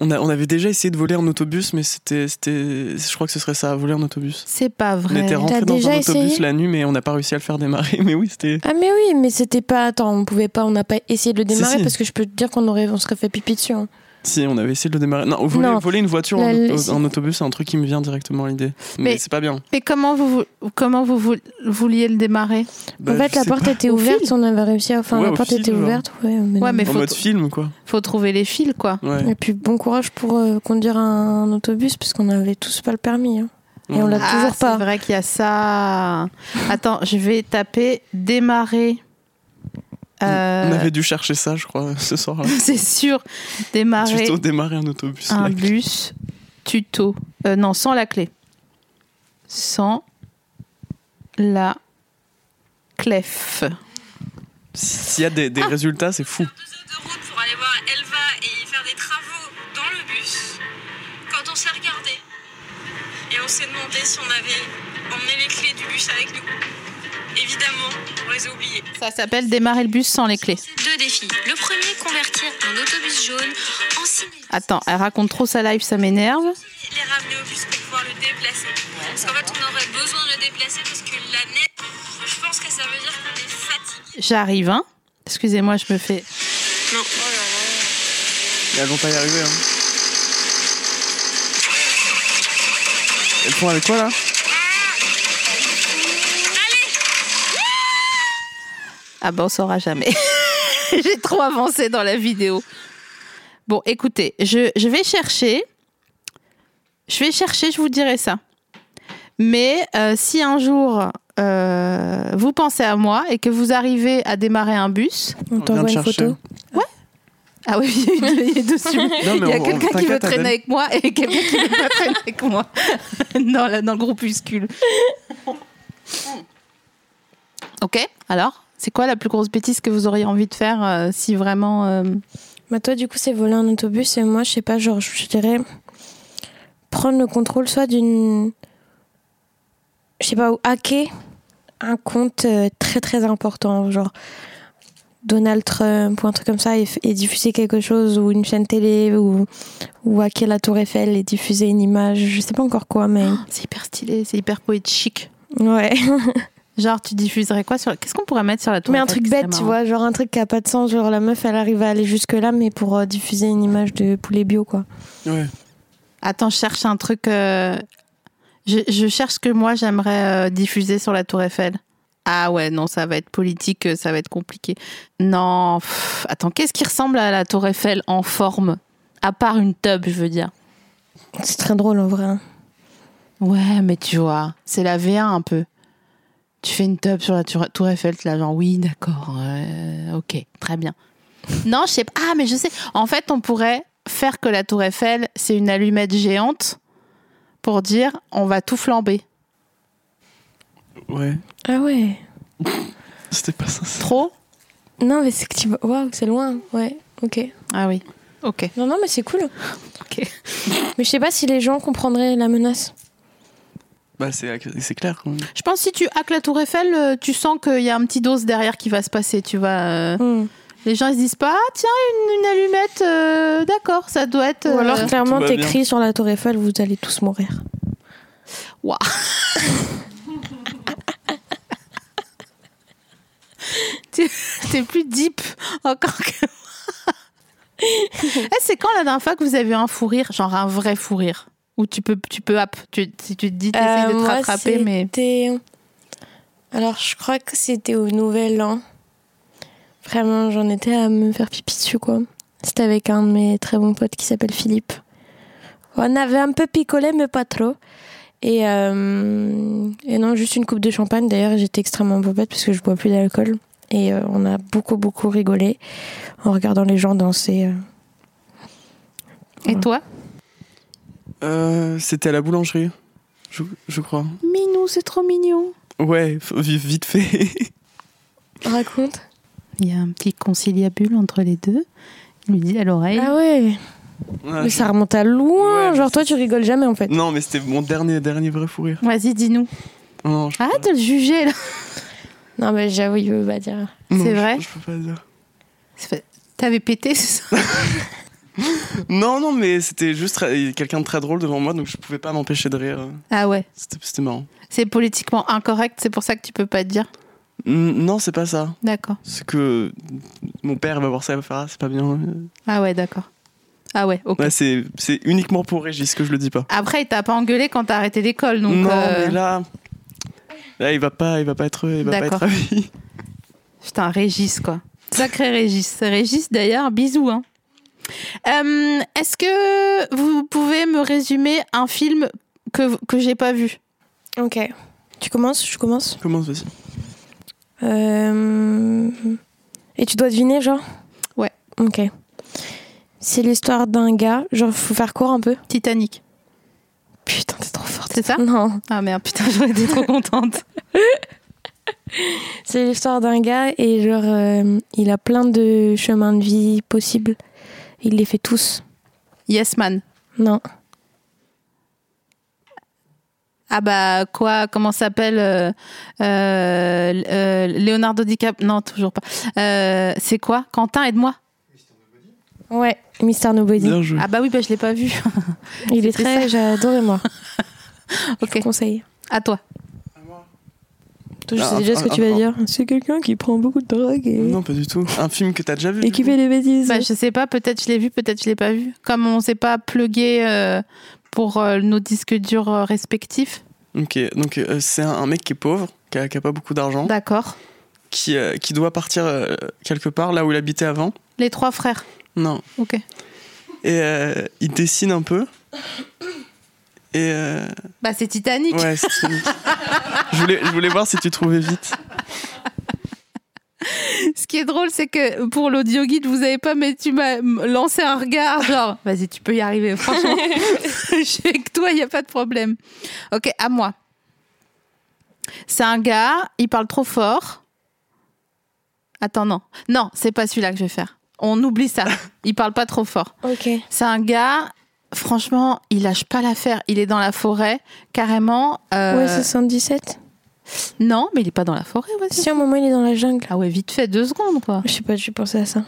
D: On, a, on avait déjà essayé de voler en autobus, mais c'était, c'était, je crois que ce serait ça, voler en autobus.
B: C'est pas
D: On
B: vrai.
D: était rentré
C: T'as
D: dans
C: déjà
D: un autobus
C: essayé
D: la nuit, mais on n'a pas réussi à le faire démarrer. Mais oui, c'était.
C: Ah, mais oui, mais c'était pas. Attends, on pouvait pas, on n'a pas essayé de le
D: Si,
C: démarrer
D: si.
C: parce que je peux te dire qu'on aurait, on serait fait pipi dessus. hein.
D: Si, on avait essayé de le démarrer. Non, voler,
C: Non.
D: voler une voiture en,
C: La-
D: auto- en autobus, c'est un truc qui me vient directement à l'idée. Mais,
B: Mais-
D: c'est pas bien.
B: Mais comment vous, vou- comment vous vou- vouliez le démarrer
D: Bah,
C: en fait,
D: je
C: la
D: sais
C: porte
D: pas.
C: était
B: Au
C: ouverte,
B: fil
C: on avait réussi à. Enfin,
D: Ouais,
C: la
D: au
C: porte
D: fil,
C: était
D: genre.
C: ouverte, ouais. Mais
B: Ouais,
C: non.
B: mais
D: En
B: faut,
D: mode film, quoi.
B: faut trouver les fils, quoi.
D: Ouais.
C: Et puis bon courage pour euh, conduire un autobus parce qu'on avait tous pas le permis. hein. Et on l'a
B: Ah,
C: toujours pas.
B: C'est vrai qu'il y a ça. Attends, je vais taper démarrer. Euh,
D: On avait dû chercher ça, je crois, ce soir-là.
B: C'est sûr. Démarrer
D: Tuto démarrer un autobus.
B: un
D: là.
B: bus tuto. Euh, non, sans la clé. Sans la clef.
D: S'il y a
C: Ah.
D: des, des résultats, c'est fou.
F: deux heures de route pour aller voir Elva et y faire des travaux dans le bus. Quand on s'est regardé et on s'est demandé si on avait emmené les clés du bus avec nous. Évidemment, on les a oubliées.
B: Ça s'appelle démarrer le bus sans les clés.
F: Deux défis. Le premier, convertir un autobus jaune en signe.
B: Attends, elle raconte trop sa life, ça m'énerve.
F: Les ramener au bus pour pouvoir le déplacer. Parce qu'en fait, on aurait besoin de le déplacer parce que la neige, je pense que ça veut dire qu'on est fatigué.
B: J'arrive, hein. Excusez-moi, je me fais.
F: Non.
D: Elles vont pas y arriver. Hein. Elles font avec quoi, là
B: Ah ben, on saura jamais. J'ai trop avancé dans la vidéo. Bon, écoutez, je, je vais chercher. Je vais chercher, je vous dirai ça. Mais euh, si un jour euh, vous pensez à moi et que vous arrivez à démarrer un bus.
C: On
D: vient de
C: t'envoie une
D: chercher.
C: photo.
B: Ah oui, il y a une- il y a dessus.
D: Non, mais
B: Il y a
D: on- on-
B: quelqu'un qui veut
D: t'inquiète,
B: traîner
D: Adèle.
B: avec moi et quelqu'un qui veut pas traîner avec moi dans, la- dans le groupuscule. ok, alors, c'est quoi la plus grosse bêtise que vous auriez envie de faire euh, si vraiment. euh,
C: Bah toi du coup c'est voler un autobus et moi je sais pas genre je dirais prendre le contrôle soit d'une je sais pas ou hacker un compte euh, très très important genre Donald Trump ou un truc comme ça et, f- et diffuser quelque chose ou une chaîne télé ou ou hacker la tour Eiffel et diffuser une image je sais pas encore quoi mais
B: C'est hyper stylé, c'est hyper poétique.
C: ouais
B: Genre, tu diffuserais quoi sur. Qu'est-ce qu'on pourrait mettre sur la tour
C: mais un
B: Eiffel,
C: truc
B: ce serait
C: bête tu
B: marrant.
C: vois genre un truc qui a pas de sens genre la meuf elle arrive à aller jusque là mais pour euh, diffuser une image de poulet bio quoi
D: Ouais.
B: Attends, je cherche un truc. euh, Je, je cherche ce que moi j'aimerais euh, diffuser sur la Tour Eiffel. Ah ouais, non, ça va être politique, euh, ça va être compliqué. Non, pff, attends, qu'est-ce qui ressemble à la Tour Eiffel en forme À part une tub, je veux dire.
C: c'est très drôle en vrai hein.
B: Ouais, mais tu vois, c'est la V1 un peu. Tu fais une tub sur la Tour Tour Eiffel, t'es là, genre, oui, d'accord, euh, ok, très bien. Non, je sais pas. Ah, mais je sais. En fait, on pourrait faire que la Tour Eiffel, c'est une allumette géante pour dire, on va tout flamber.
D: Ouais.
C: Ah ouais.
D: C'était pas ça.
B: Trop
C: Non, mais c'est que tu vas. Waouh, c'est loin. Ouais, ok.
B: Ah oui. Ok.
C: Non, non, mais c'est cool.
B: Ok.
C: Mais je sais pas si les gens comprendraient la menace.
D: Bah, c'est c'est clair, quand même.
B: Je pense que si tu hackes la Tour Eiffel, euh, tu sens qu'il y a un petit dose derrière qui va se passer. Tu vas. euh,
C: Hmm.
B: Les gens ils se disent pas, ah, tiens une, une allumette, euh, d'accord, ça doit être.
C: Ou
B: euh,
C: alors, clairement,
D: tout va
C: t'écris sur la tour Eiffel, vous allez tous mourir.
B: Waouh. T'es t'es plus deep encore que moi. Eh, c'est quand la dernière fois que vous avez eu un fou rire, genre un vrai fou rire, où tu peux, tu peux, hop, tu, si tu te dis, t'essayes
C: Euh,
B: de te
C: moi,
B: rattraper, mais
C: c'était- Alors, je crois que c'était au Nouvel An. Vraiment, j'en étais à me faire pipi dessus, quoi. C'était avec un de mes très bons potes qui s'appelle Philippe. On avait un peu picolé, mais pas trop. Et, euh, et non, juste une coupe de champagne. D'ailleurs, j'étais extrêmement bobette parce que je bois plus d'alcool. Et euh, on a beaucoup, beaucoup rigolé en regardant les gens danser. euh.
B: et toi
D: Euh, c'était à la boulangerie, je, je crois.
B: Minou, c'est trop mignon.
D: Ouais, f- vi- vite fait.
C: Raconte.
B: Il y a un petit conciliabule entre les deux. Il lui dit à l'oreille.
C: Ah ouais,
D: Ouais.
C: mais ça remonte à loin.
D: Ah, Ouais.
C: Genre, toi, tu rigoles jamais en fait.
D: Non, mais c'était mon dernier, dernier vrai fou rire.
B: Vas-y, dis-nous.
D: Non, je-
B: Arrête de le juger, là.
C: Non, mais j'avoue, il veut pas dire.
D: non,
B: c'est
D: je-
B: vrai
D: je peux pas dire.
B: Ça fait- T'avais pété, c'est ça
D: Non, non, mais c'était juste très- quelqu'un de très drôle devant moi, donc je pouvais pas m'empêcher de rire.
B: Ah ouais.
D: C'était c'était marrant.
B: C'est politiquement incorrect, c'est pour ça que tu peux pas te dire.
D: Mm, Non, c'est pas ça.
B: D'accord.
D: C'est que mon père va voir ça, il va faire Ah, c'est pas bien.
B: Ah ouais, d'accord. Ah ouais, ok.
D: Ouais, c'est c'est uniquement pour Régis que je le dis pas.
B: Après, il t'a pas engueulé quand t'as arrêté l'école, donc.
D: non,
B: euh,
D: mais là, là, il va pas, il va pas être, il va pas
B: D'accord.
D: être ravi.
B: Putain, Régis, quoi. Sacré Régis. Régis, d'ailleurs, bisous. Hein. Euh, Est-ce que vous pouvez me résumer un film que, que j'ai pas vu
C: Ok. Tu commences Je commence
D: Comment ça se-
C: Euh, Et tu dois deviner, genre
B: Ouais.
C: Ok. C'est l'histoire d'un gars. Genre, faut faire court un peu.
B: Titanic.
C: Putain, t'es trop forte.
B: C'est ça
C: Non.
B: Ah merde, putain, j'aurais été trop contente.
C: C'est l'histoire d'un gars et genre, euh, il a plein de chemins de vie possibles. Il les fait tous.
B: Yes, man.
C: Non.
B: Ah bah, quoi Comment s'appelle euh, euh, euh, Leonardo DiCaprio Non, toujours pas. Euh, C'est quoi Quentin, aide-moi.
C: Ouais. Mister Nobody.
D: Bien joué.
B: Ah bah oui, bah, je l'ai pas vu.
C: Il est
B: c'était
C: très. J'adore et moi. Je
B: ok,
C: vous conseille.
B: à toi.
C: Toi, je
D: Ah,
C: sais déjà ce que
D: ah,
C: tu vas
D: ah.
C: dire. C'est quelqu'un qui prend beaucoup de drogue et,
D: Non, pas du tout. Un film que t'as déjà vu.
C: et
D: du
C: qui
D: coup
C: fait des bêtises.
B: Bah, je sais pas, peut-être je l'ai vu, peut-être je l'ai pas vu. Comme on s'est pas plugué euh, pour euh, nos disques durs euh, respectifs.
D: Ok, donc euh, c'est un, un mec qui est pauvre, qui a, qui a pas beaucoup d'argent,
B: D'accord.
D: qui, euh, qui doit partir euh, quelque part là où il habitait avant.
B: Les trois frères.
D: Non.
B: Ok.
D: Et euh, il dessine un peu. Et euh,
B: Bah, c'est Titanic.
D: ouais, c'est fini. je, voulais, je voulais voir si tu trouvais vite.
B: Ce qui est drôle, c'est que pour l'audio guide, vous avez pas, mais tu m'as m- lancé un regard genre, vas-y, tu peux y arriver. Franchement, je suis avec toi, il y a pas de problème. Ok, à moi. C'est un gars, il parle trop fort. Attends, non. Non, c'est pas celui-là que je vais faire. On oublie ça. Il parle pas trop fort.
C: Ok.
B: C'est un gars, franchement, il lâche pas l'affaire. Il est dans la forêt, carrément. euh,
C: Ouais, 77.
B: non, mais il est pas dans la forêt, ouais, c'est-
C: Si, à un moment, il est dans la jungle.
B: Ah ouais, vite fait, deux secondes, quoi.
C: Je sais pas, j'ai pensé à ça.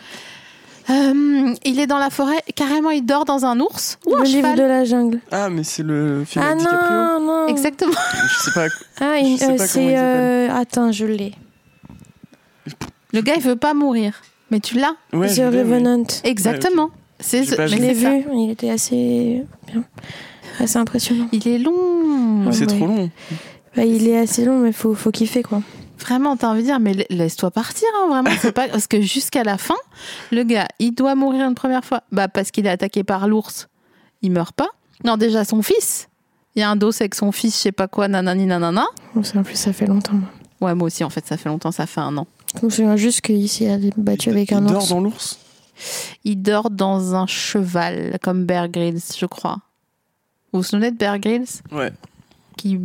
B: Euh, il est dans la forêt, carrément, il dort dans un ours ou un
C: le livre
B: cheval.
C: de la jungle.
D: Ah, mais c'est le film
C: Ah
D: avec
C: non, non.
B: Exactement.
D: DiCaprio. Je sais pas.
C: Ah,
D: Je
C: il-
D: sais
C: euh,
D: pas comment il
C: c'est. euh, Attends, je l'ai.
B: Le gars, il veut pas mourir. Mais tu l'as.
D: Ouais,
C: The
D: je l'ai, mais-
C: Revenant.
B: Exactement. C'est
D: J'ai
B: ce-
D: pas
B: mais
C: Je
D: vu.
B: c'est
C: l'ai
B: ça.
C: vu, il était assez bien. Assez impressionnant.
B: Il est long.
D: Mais C'est
C: Ouais.
D: trop long.
C: Bah, il est assez long, mais faut, faut kiffer quoi.
B: Vraiment, t'as envie de dire, mais la- laisse-toi partir, hein, vraiment. C'est pas parce que jusqu'à la fin, le gars, il doit mourir une première fois. Bah parce qu'il est attaqué par l'ours, il meurt pas. Non, déjà son fils. Il y a un dos avec son fils, je sais pas quoi, nanani nanana.
C: Bon, ça, en plus, ça fait longtemps. moi.
B: Ouais, moi aussi, en fait, ça fait longtemps, ça fait un an.
C: Je me souviens juste qu'il s'est battu avec
D: il
C: un
D: dort
C: ours.
D: dans l'ours.
B: Il dort dans un cheval, comme Bear Grylls, je crois. Vous vous souvenez de Bear Grylls
D: Ouais.
B: qui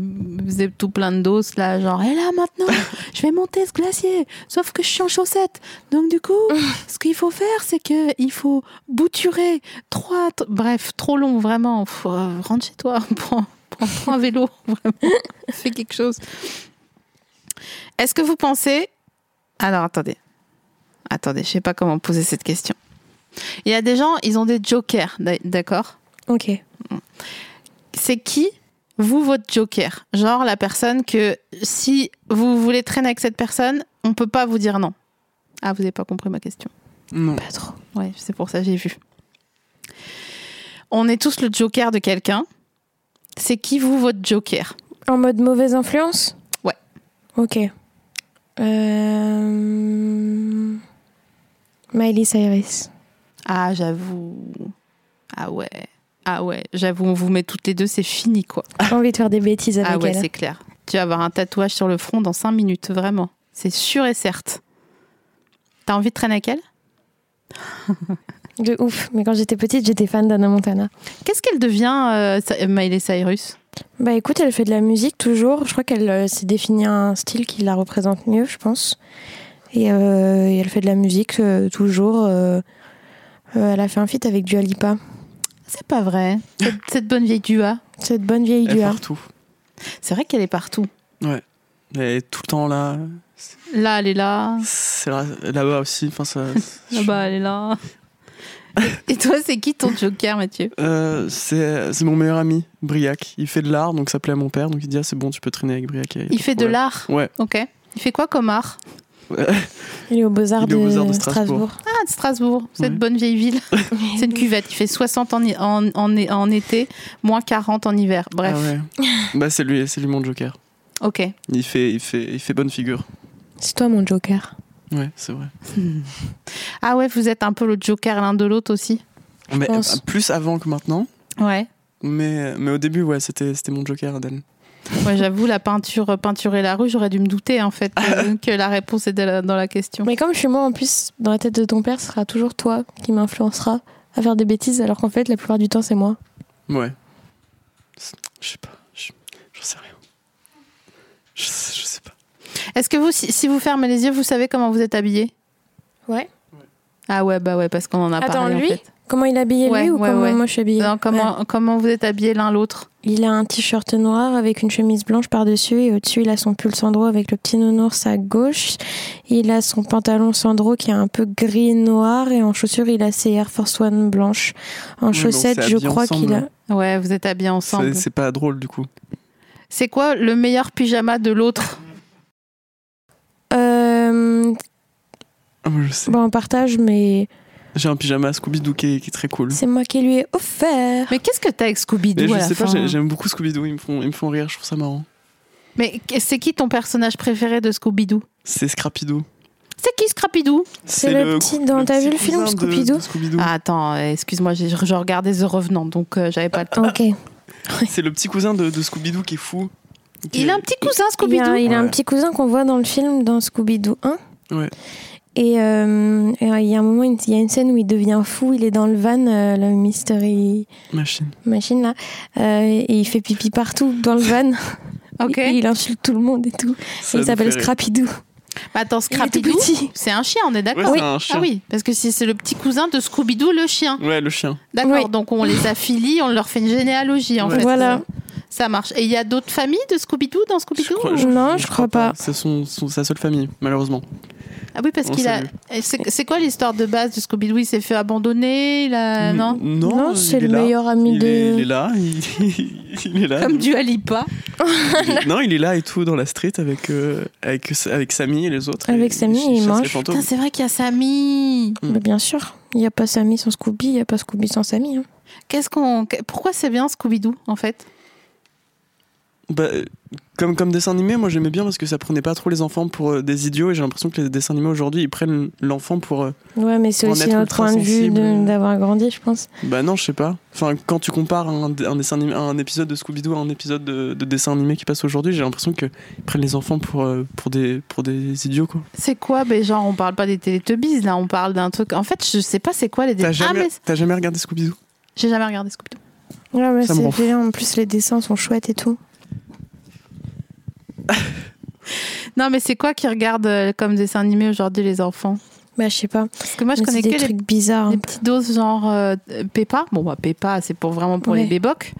B: faisait tout plein de doses là, genre, et là maintenant, je vais monter ce glacier, sauf que je suis en chaussette. Donc du coup, ce qu'il faut faire, c'est que il faut bouturer trois, t- bref, trop long vraiment. Faut, euh, rentre chez toi, prends, prends, prends un vélo, vraiment, fais quelque chose. Est-ce que vous pensez Alors attendez, attendez, je sais pas comment poser cette question. Il y a des gens, ils ont des jokers, d'ac- d'accord
C: Ok.
B: c'est qui vous votre joker Genre la personne que si vous voulez traîner avec cette personne, on peut pas vous dire non. Ah, vous n'avez pas compris ma question.
D: Non.
C: Pas trop.
B: Ouais, c'est pour ça que j'ai vu. On est tous le joker de quelqu'un. C'est qui vous votre joker
C: En mode mauvaise influence
B: Ouais.
C: Ok. Euh... Miley Cyrus.
B: Ah, j'avoue. Ah ouais. Ah ouais, j'avoue, on vous met toutes les deux, c'est fini quoi.
C: J'ai envie de faire des bêtises avec
B: Ah ouais,
C: elle.
B: c'est clair. Tu vas avoir un tatouage sur le front dans 5 minutes, vraiment. C'est sûr et certes. T'as envie de traîner avec elle
C: De ouf. Mais quand j'étais petite, j'étais fan d'Anna Montana.
B: Qu'est-ce qu'elle devient, euh, Cy- euh, Miley Cyrus
C: Bah écoute, elle fait de la musique toujours. Je crois qu'elle euh, s'est définie un style qui la représente mieux, je pense. Et, euh, et elle fait de la musique euh, toujours. euh, Euh, elle a fait un feat avec Dua Lipa.
B: C'est pas vrai. Cette, cette bonne vieille Dua.
C: Cette bonne vieille
D: Elle est
C: Dua.
D: partout.
B: C'est vrai qu'elle est partout.
D: Elle est tout le temps là.
B: Là, elle est là.
D: C'est là- là-bas aussi. Enfin, ça,
B: Là-bas, elle est là. Et et toi, c'est qui ton joker, Mathieu
D: Euh, c'est c'est mon meilleur ami, Briac. Il fait de l'art, donc ça plaît à mon père. Donc il dit ah, c'est bon, tu peux traîner avec Briac. y a pas
B: Il fait de
D: problème.
B: l'art.
D: Ouais.
B: Ok. Il fait quoi comme art
C: Elle est aux Beaux-Arts
D: Il
C: de,
D: est aux Beaux-Arts de
C: Strasbourg.
D: Strasbourg.
B: Ah, de Strasbourg, cette
D: Ouais.
B: bonne vieille ville. c'est une cuvette. Il fait 60 en, hi- en, en, en été, moins 40 en hiver. Bref.
D: Ah ouais. bah, c'est lui, c'est lui mon Joker.
B: Ok.
D: Il fait, il fait, il fait bonne figure.
C: C'est toi mon joker.
D: Ouais, c'est vrai.
B: Ah ouais, vous êtes un peu le joker l'un de l'autre aussi.
D: Mais
C: pense.
D: euh, plus avant que maintenant.
B: Ouais.
D: Mais, mais au début, ouais, c'était, c'était mon Joker, Aden.
B: Ouais, j'avoue, la peinture, euh, peinture et la rue, j'aurais dû me douter en fait euh, que la réponse était là- dans la question.
C: Mais comme je suis moi en plus, dans la tête de ton père, ce sera toujours toi qui m'influencera à faire des bêtises alors qu'en fait la plupart du temps c'est moi.
D: Ouais. C'est- Je sais pas. Je j'en sais rien. Je sais, je sais pas.
B: Est-ce que vous, si, si vous fermez les yeux, vous savez comment vous êtes habillé
C: Ouais.
B: Ah ouais, bah ouais, parce qu'on en a
C: Attends,
B: parlé. en
C: lui
B: fait.
C: Comment il est habillé
B: Ouais,
C: lui ou
B: ouais,
C: comment
B: ouais.
C: moi je suis habillée
B: Non,
C: Ouais.
B: comment, comment vous êtes habillé l'un l'autre
C: Il a un t-shirt noir avec une chemise blanche par-dessus et au-dessus il a son pull Sandro avec le petit nounours à gauche. Il a son pantalon Sandro qui est un peu gris et noir et en chaussures il a ses Air Force One blanches. En
D: donc
C: chaussettes
D: c'est
C: je
D: habillé
C: crois
D: ensemble,
C: qu'il a...
D: hein.
B: Ouais, vous êtes habillés
D: C'est,
B: ensemble.
D: c'est pas drôle du coup.
B: C'est quoi le meilleur pyjama de l'autre
C: Euh,
D: Ah, moi, je sais.
C: bon on partage mais
D: J'ai un pyjama Scooby-Doo qui est, qui est très cool.
C: c'est moi qui lui ai offert.
B: Mais qu'est-ce que t'as avec
D: Mais
B: Scooby-Doo à
D: je
B: la
D: sais pas,
B: fin hein
C: hein.
D: j'ai- j'aime beaucoup Scooby-Doo, ils me font, ils me font rire, je trouve ça marrant.
B: Mais qu- c'est qui ton personnage préféré de Scooby-Doo
D: C'est Scrapido.
B: C'est qui Scrappy-Doo
C: C'est le petit dans- t'as vu le film, Scooby-Doo
B: ah, Attends, euh, excuse-moi, j'ai- je regardais The Revenant, donc euh, j'avais pas le temps.
C: Ok.
D: C'est le petit cousin de, de Scooby-Doo qui est fou. Qui
B: Il
D: est-
B: a un petit cousin
C: Il y
B: Scooby-Doo.
C: a, il a un
D: Ouais.
C: petit cousin qu'on voit dans le film, dans Scooby-Doo 1.
D: Ouais.
C: Et euh, et, euh, il y a un moment, il y a une scène où il devient fou, il est dans le van, euh, le mystery
D: Machine.
C: machine là, euh, et il fait pipi partout dans le van.
B: Ok.
C: Et il insulte tout le monde et tout. et
D: Ça
C: il
D: nous
C: s'appelle
D: fait rire.
C: Scrappy-Doo.
B: Mais Bah, Attends,
C: Il est tout
B: Scrappy-Doo,
C: petit.
B: c'est un chien, on est d'accord
D: Ouais, c'est un chien.
B: Ah oui, parce que si c'est le petit cousin de Scooby-Doo, le chien.
D: Ouais, le chien.
B: D'accord,
C: Oui.
B: donc on les affilie, on leur fait une généalogie en
D: Ouais.
B: fait.
C: Voilà.
B: Ça marche. Et il y a d'autres familles de Scooby-Doo dans
D: Je
B: Scooby-Doo
D: crois-
C: Non, je crois pas.
D: C'est son, son- sa seule famille, malheureusement.
B: Ah oui, parce
D: On
B: qu'il a.
D: salue.
B: Et C'est c'est quoi l'histoire de base de Scooby-Doo Il s'est fait abandonner il a- Euh,
D: Mm.
B: Non
D: Non,
C: Non,
D: il
C: c'est
D: est
C: le
D: là.
C: meilleur ami
D: il
C: de.
D: Est, il est là, il, il est là.
B: Comme du Alipa.
D: Il- non, il est là et tout dans la street avec, euh, avec, avec Samy et les autres.
C: Avec
D: Et
C: Samy,
D: ch-
C: il
D: chasse les
C: mange.
D: fantômes.
B: Putain, c'est vrai qu'il y a Samy.
C: Bah, bien sûr. Il n'y a pas Samy sans Scooby, il n'y a pas Scooby sans Samy. hein.
B: Qu'est-ce qu'on. qu'- Pourquoi c'est bien Scooby-Doo en fait
D: Bah, euh, comme, comme dessin animé, moi j'aimais bien parce que ça prenait pas trop les enfants pour euh, des idiots et j'ai l'impression que les dessins animés aujourd'hui ils prennent l'enfant pour. euh,
C: Ouais, mais c'est
D: Pour en
C: aussi
D: être
C: notre
D: ultra
C: point de vue
D: sensible.
C: de- d'avoir grandi, je pense.
D: bah non, je sais pas. Enfin, quand tu compares un, un dessin animé, un épisode de Scooby-Doo à un épisode de, de dessin animé qui passe aujourd'hui, j'ai l'impression qu'ils prennent les enfants pour, euh, pour, des, pour des idiots quoi.
B: C'est quoi ben, Genre, on parle pas des Teletubbies là, on parle d'un truc. En fait, je sais pas c'est quoi les.
D: T'as
B: Ah,
D: jamais,
B: mais-
D: t'as jamais regardé Scooby-Doo
B: J'ai jamais regardé Scooby-Doo.
C: Ouais, ouais,
D: Ça me
C: c'est
D: rend fou.
C: bien. En plus, les dessins sont chouettes et tout.
B: Non, mais c'est quoi qui regarde euh, comme dessin animé aujourd'hui les enfants
C: Bah, je sais pas.
B: Parce que moi, je
C: Mais
B: connais
C: c'est
B: que
C: des
B: les,
C: trucs bizarres.
B: les petites doses genre euh, Peppa. Bon, bah, Peppa, c'est pour, vraiment pour les
C: Ouais.
B: bébocs.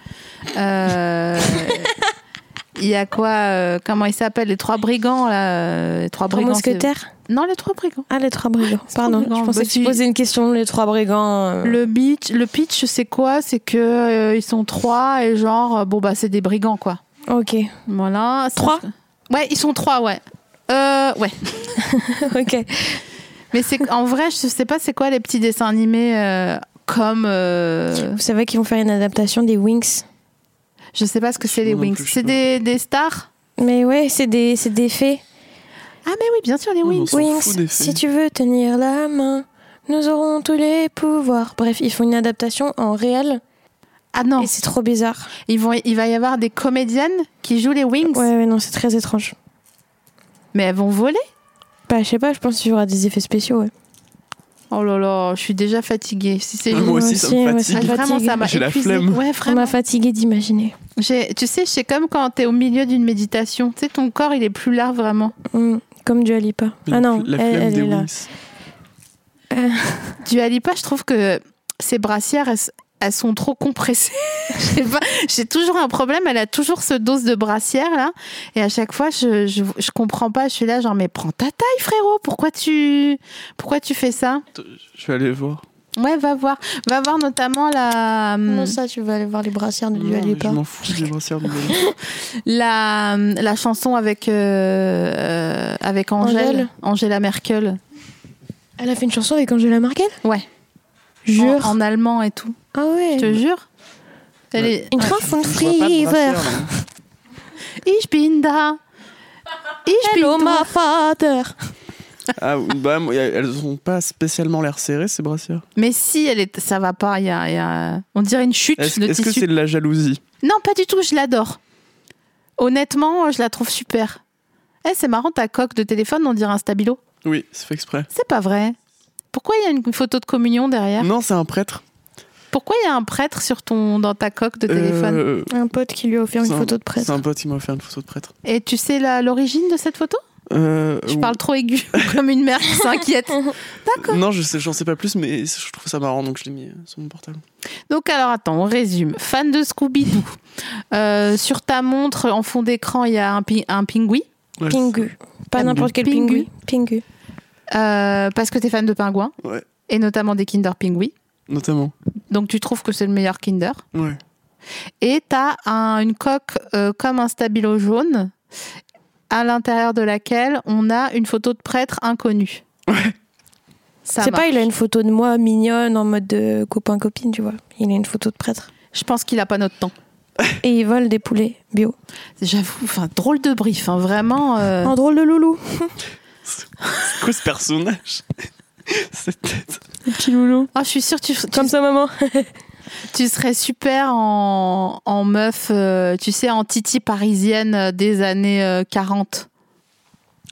B: Euh, Il y a quoi euh, Comment ils s'appellent Les trois brigands, là. euh, Les trois
C: Trois
B: brigands. c'est-
C: mousquetaires
B: Non, les trois brigands.
C: Ah, les trois brigands.
B: c'est
C: Pardon,
B: trois brigands.
C: je pensais
B: Bah,
C: que tu
B: tu-
C: posais une question. Les trois brigands. euh,
B: Le, pitch, le pitch, c'est quoi C'est que euh, ils sont trois et genre, euh, bon, bah, c'est des brigands, quoi.
C: Ok.
B: Voilà. c'est-
C: Trois
B: Ouais, ils sont trois, ouais. Euh, ouais.
C: ok.
B: Mais c'est en vrai, je sais pas c'est quoi les petits dessins animés euh, comme. euh,
C: Vous savez qu'ils vont faire une adaptation des Wings
B: Je sais pas ce que c'est les
D: Moi non
B: Wings.
D: plus, je sais
B: C'est
D: pas.
B: des, des stars
C: Mais ouais, c'est des, c'est des fées.
B: Ah mais oui, bien sûr, les
D: Ah,
B: Wings.
D: On s'en fout des
C: Wings,
D: fées.
C: si tu veux tenir la main, nous aurons tous les pouvoirs. Bref, ils font une adaptation en réel
B: Ah non,
C: et c'est trop bizarre.
B: ils vont, il va y avoir des comédiennes qui jouent les Wings,
C: Ouais, ouais, non, c'est très étrange.
B: mais elles vont voler.
C: Bah, je sais pas, je pense qu'il y aura des effets spéciaux, ouais.
B: Oh là là, je suis déjà fatiguée. Si c'est
D: Ah,
C: moi
D: moi aussi, ça
C: aussi,
D: me
C: ouais,
D: fatigue.
B: Ah,
C: je
B: vraiment,
C: fatigue.
B: ça m'a
D: J'ai la
B: épuisée.
D: flemme.
B: Ouais,
C: On
B: vraiment.
C: m'a fatigué d'imaginer.
B: J'ai- Tu sais, c'est comme quand t'es au milieu d'une méditation. Tu sais, ton corps, il est plus là vraiment.
C: Mm, Comme du Alipa.
D: Mais
C: Ah
D: la-
C: non,
D: la
C: elle,
D: flemme
C: elle
D: des
C: est là.
D: Wings.
C: Euh.
B: Du Alipa, je trouve que ses brassières, elles, s- elles sont trop compressées. Je sais pas, J'ai toujours un problème. Elle a toujours ce dose de brassière là. Et à chaque fois, je, je, je comprends pas. Je suis là, genre, mais prends ta taille, frérot. Pourquoi tu, pourquoi tu fais ça
D: Je vais aller voir.
B: Ouais, va voir. Va voir notamment la. hum,
C: Comment ça, tu vas aller voir les brassières de
D: Hmm. Non, mais
C: Dua Lipa
D: je m'en fous des brassières de Dua Lipa.
B: la, hum, la chanson avec, euh, euh, avec Angèle,
C: Angèle.
B: Angela Merkel,
C: Elle a fait une chanson avec Angela Merkel Oh,
B: Ouais.
C: Jure.
B: En, en allemand et tout.
C: Ah ouais.
B: Je te jure. Elle est-
C: Une
D: Je
C: chanson
D: vois
C: de
D: pas de
C: River.
D: brassière, là.
B: Ich bin da. Ich bin
C: Hello,
B: da.
C: my father.
D: Ah, bah, moi, elles ont pas spécialement l'air serrées, ces brassières.
B: Mais si, elle est, ça va pas. il Y a, il y a- on dirait une chute
D: Est-ce
B: de
D: est-ce que
B: tissu.
D: c'est de la jalousie
B: Non, pas du tout. Je l'adore. Honnêtement, je la trouve super. Eh, c'est marrant ta coque de téléphone. On dirait un stabilo.
D: Oui, c'est fait exprès.
B: C'est pas vrai. Pourquoi il y a une photo de communion derrière
D: Non, c'est un prêtre.
B: Pourquoi il y a un prêtre sur ton dans ta coque de téléphone
D: Euh,
C: Un pote qui lui a offert
D: C'est
C: une
D: un-
C: photo de
D: c'est
C: prêtre.
D: un pote qui m'a offert une photo de prêtre.
B: Et tu sais la- l'origine de cette photo
D: Euh,
B: Je parle trop aigu, comme une mère qui s'inquiète.
D: Non, je sais, j'en sais pas plus, mais je trouve ça marrant, donc je l'ai mis euh, sur mon portable.
B: Donc alors attends, on résume. Fan de Scooby-Doo. Euh, sur ta montre, en fond d'écran, il y a un, pi- un pingouin.
D: Ouais,
C: Pingu. Pas n'importe quel
B: Pingu.
C: pingu. Pingu.
B: Euh, parce que t'es fan de pingouins.
D: Ouais.
B: Et notamment des Kinder Pingouin.
D: Notamment.
B: Donc tu trouves que c'est le meilleur Kinder.
D: Ouais.
B: Et t'as un- une coque euh, comme un stabilo jaune, à l'intérieur de laquelle on a une photo de prêtre inconnu. Ça
C: C'est pas,
B: marche.
C: il a une photo de moi mignonne en mode de copain-copine, tu vois. Il a une photo de prêtre.
B: Je pense qu'il a pas notre temps.
C: Et il vole des poulets bio.
B: J'avoue, enfin drôle de brief, hein, vraiment. euh,
C: Un drôle de loulou.
D: C'est quoi ce personnage Cette tête.
C: Le petit loulou.
B: Ah, je suis sûre que tu, tu
C: Comme ça, maman.
B: Tu serais super en, en meuf, euh, tu sais, en titi parisienne euh, des années euh, 40.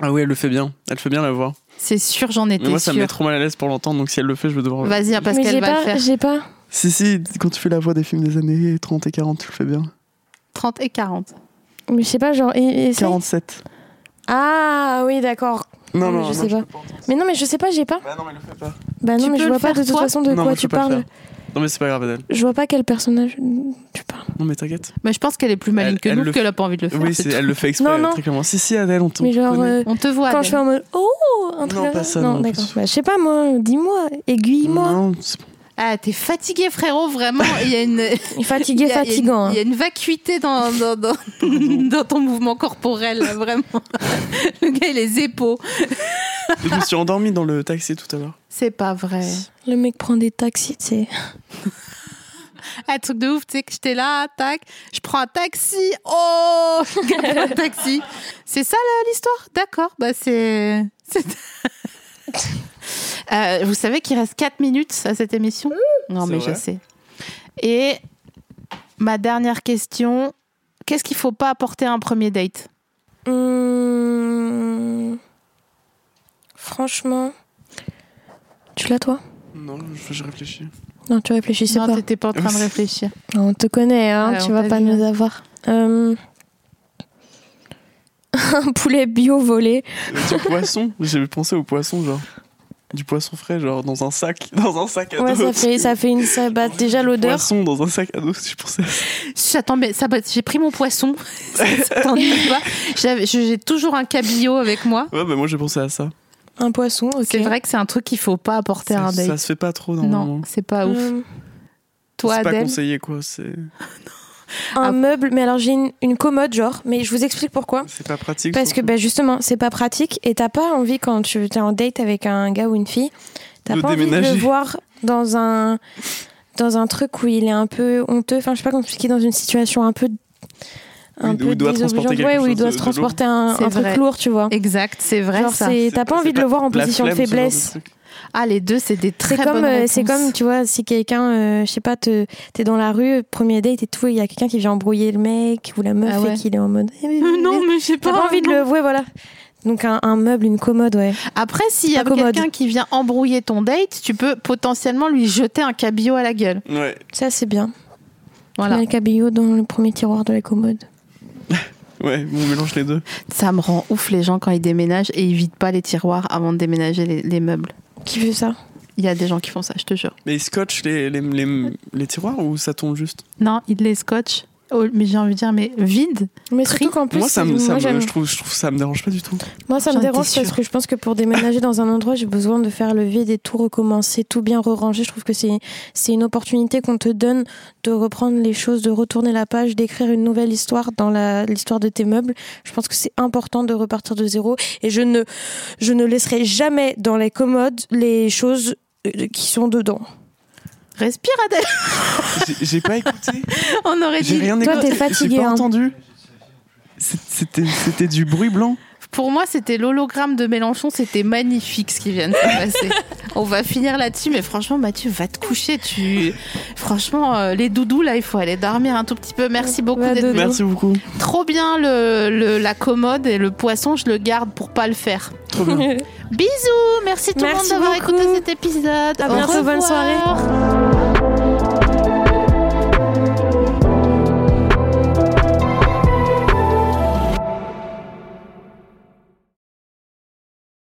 D: Ah oui, elle le fait bien. Elle fait bien la voix.
B: C'est sûr, j'en étais
D: Mais moi, ça me met
B: sûre.
D: trop mal à l'aise pour l'entendre, donc si elle le fait, je vais devoir.
B: Vas-y, hein, parce
C: Mais
B: qu'elle
C: j'ai
B: va le
C: pas,
B: faire.
C: j'ai pas.
D: Si, si, quand tu fais la voix des films des années 30 et 40, tu le fais bien.
B: 30 et 40.
C: Mais je sais pas, genre. et- et ça-
D: 47.
C: Ah oui, d'accord.
D: Non,
C: Mais
D: non,
C: je
D: non,
C: sais pas.
D: peux entendre ça.
C: Mais non, mais je sais pas, j'ai pas.
D: Bah non, mais le fais pas.
C: Bah
B: Tu
C: non,
B: peux
C: mais je
B: le
C: vois pas
B: faire,
C: de toute
B: toi
C: façon de
D: non,
C: quoi
D: moi, je
C: tu
D: peux pas le
C: parles.
D: faire. Non, mais c'est pas grave, Adèle.
C: Je vois pas quel personnage tu parles.
D: Non, mais t'inquiète.
B: Mais je pense qu'elle est plus maligne
D: Elle-
B: que
D: elle
B: nous,
D: le
B: qu'elle
D: fait.
B: a pas envie de le faire.
D: Oui,
B: c'est
D: c'est-
B: tout.
D: elle le fait exprès,
C: Non, non.
D: très clairement. Si, si, Adèle, on te
C: Mais genre,
D: connaît.
C: euh,
B: On te voit.
C: quand je fais
B: Adèle.
C: en mode Oh un truc
D: Non,
C: comme
D: pas ça, non,
C: d'accord.
D: plus.
C: Bah, je sais pas, moi, dis-moi, aiguille-moi.
D: Non, c'est-
B: Ah, t'es fatigué, frérot, vraiment. Il y a une. il y
C: Fatigué,
B: a- il y a une-
C: fatigant. hein.
B: Il y a une vacuité dans, dans, dans, dans ton mouvement corporel, là, vraiment. Le gars, il est zépo.
D: Mais je me suis endormi dans le taxi tout à l'heure.
B: C'est pas vrai.
C: Le mec prend des taxis, tu sais.
B: Un truc de ouf, tu sais, que j'étais là, tac, je prends un taxi, oh, je gagne un taxi. C'est ça là, l'histoire D'accord, bah c'est. c'est- Euh, vous savez qu'il reste 4 minutes à cette émission Non,
D: C'est
B: mais
D: vrai.
B: je sais. Et ma dernière question qu'est-ce qu'il faut pas apporter à un premier date
C: Hum, Franchement. Tu l'as, toi
D: Non, je, je réfléchis.
C: Non, tu réfléchissais
B: Non,
C: pas.
B: t'étais pas en train de réfléchir.
C: Non, on te connaît, hein,
B: Ouais,
C: tu
B: on
C: vas
B: t'a
C: pas
B: dit,
C: nous avoir. Hum, un poulet bio volé.
D: Euh, Du poisson, j'ai pensé au poisson, genre. Du poisson frais, genre dans un sac. Dans un sac à
C: Ouais,
D: dos.
C: ça fait, ça fait une. Ça, bah, déjà l'odeur.
D: Poisson dans un sac à dos, je pensais. à ça.
B: J'attends, mais ça, va- j'ai pris mon poisson. Ça t'en dit pas. J'avais- J'ai toujours un cabillaud avec moi.
D: Ouais, bah moi j'ai pensé à ça.
C: Un poisson, ok.
B: C'est vrai que c'est un truc qu'il faut pas apporter à
D: Ça,
B: un date.
D: ça se fait pas trop normalement.
B: Non, c'est pas ouf.
C: Hum,
B: Toi,
D: c'est pas
B: Adèle,
D: conseillé quoi, c'est
C: un
B: Ah.
C: meuble, mais alors j'ai une, une commode, genre, mais je vous explique pourquoi.
D: c'est pas pratique.
C: Parce que
D: surtout.
C: bah, justement, c'est pas pratique et t'as pas envie, quand tu es en date avec un gars ou une fille, t'as
D: De
C: pas envie de
D: déménager.
C: le voir dans un, dans un truc où il est un peu honteux, enfin, je sais pas comment expliquer, dans une situation un peu.
D: Où
C: Un
D: il-
C: peu
D: où il doit transporter
C: désobligeante,
D: quelque
C: ouais, où il
D: chose
C: doit
D: de-
C: se
D: de
C: transporter un,
B: C'est
C: un truc
B: vrai.
C: lourd, tu vois.
B: exact, c'est vrai
C: Genre,
B: ça.
C: c'est- t'as pas
D: c'est
C: envie de le voir en
D: la
C: position de
D: flemme, ce genre
C: faiblesse.
D: truc.
B: Ah, les deux, c'est des très
C: C'est
B: bonnes
C: comme, euh,
B: réponses.
C: c'est comme, tu vois, si quelqu'un, euh, je sais pas, te, t'es dans la rue, premier date et tout, il y a quelqu'un qui vient embrouiller le mec ou la meuf
B: Ah ouais.
C: et qu'il est en mode. Eh, mais-
B: Euh, Non, mais j'ai
C: T'as
B: pas,
C: pas envie de
B: non.
C: le. Ouais, voilà. Donc un, un meuble, une commode, ouais.
B: Après, s'il y
C: Pas
B: a
C: commode.
B: quelqu'un qui vient embrouiller ton date, tu peux potentiellement lui jeter un cabillaud à la gueule.
D: Ouais.
C: Ça, c'est bien. Tu
B: Voilà.
C: mets le cabillaud dans le premier tiroir de la commode.
D: Ouais, on mélange les deux.
B: Ça me rend ouf les gens quand ils déménagent et ils vident pas les tiroirs avant de déménager les, les meubles.
C: Qui veut ça
B: Il y a des gens qui font ça, je te jure.
D: Mais ils scotchent les, les, les, les tiroirs ou ça tombe juste
B: Non, ils les scotchent. Oh, mais j'ai envie de dire, mais vide.
C: Mais
B: Tri.
C: surtout qu'en plus,
D: Moi, ça me,
C: moi,
D: ça me-
C: j'aime-
D: je, trouve, je trouve ça me dérange pas du tout.
C: moi, ça me
B: J'en étais
C: dérange parce
B: sûre.
C: que je pense que pour déménager dans un endroit, j'ai besoin de faire le vide et tout recommencer, tout bien ranger Je trouve que c'est c'est une opportunité qu'on te donne de reprendre les choses, de retourner la page, d'écrire une nouvelle histoire dans la- l'histoire de tes meubles. Je pense que c'est important de repartir de zéro et je ne je ne laisserai jamais dans les commodes les choses euh, qui sont dedans.
B: Respire, Adèle.
D: J'ai- J'ai pas écouté.
B: On aurait
D: J'ai
B: dit.
D: rien
C: Toi,
D: écouté.
C: t'es fatigué,
D: J'ai pas
C: hein.
D: entendu. C'est- C'était c'était du bruit blanc.
B: Pour moi, c'était l'hologramme de Mélenchon. C'était magnifique ce qui vient de se passer. On va finir là-dessus, mais franchement, Mathieu, va te coucher. Tu, franchement, euh, les doudous là, il faut aller dormir un tout petit peu. Merci beaucoup
C: Va
B: d'être
C: dodo.
D: Merci beaucoup.
B: Trop bien le, le- la commode et le poisson, je le garde pour pas le faire.
D: Trop bien.
B: Bisous, merci tout le monde
C: Merci
B: d'avoir
C: beaucoup.
B: écouté cet épisode.
C: À
B: Au
C: bientôt, bonne
B: revoir.
C: soirée.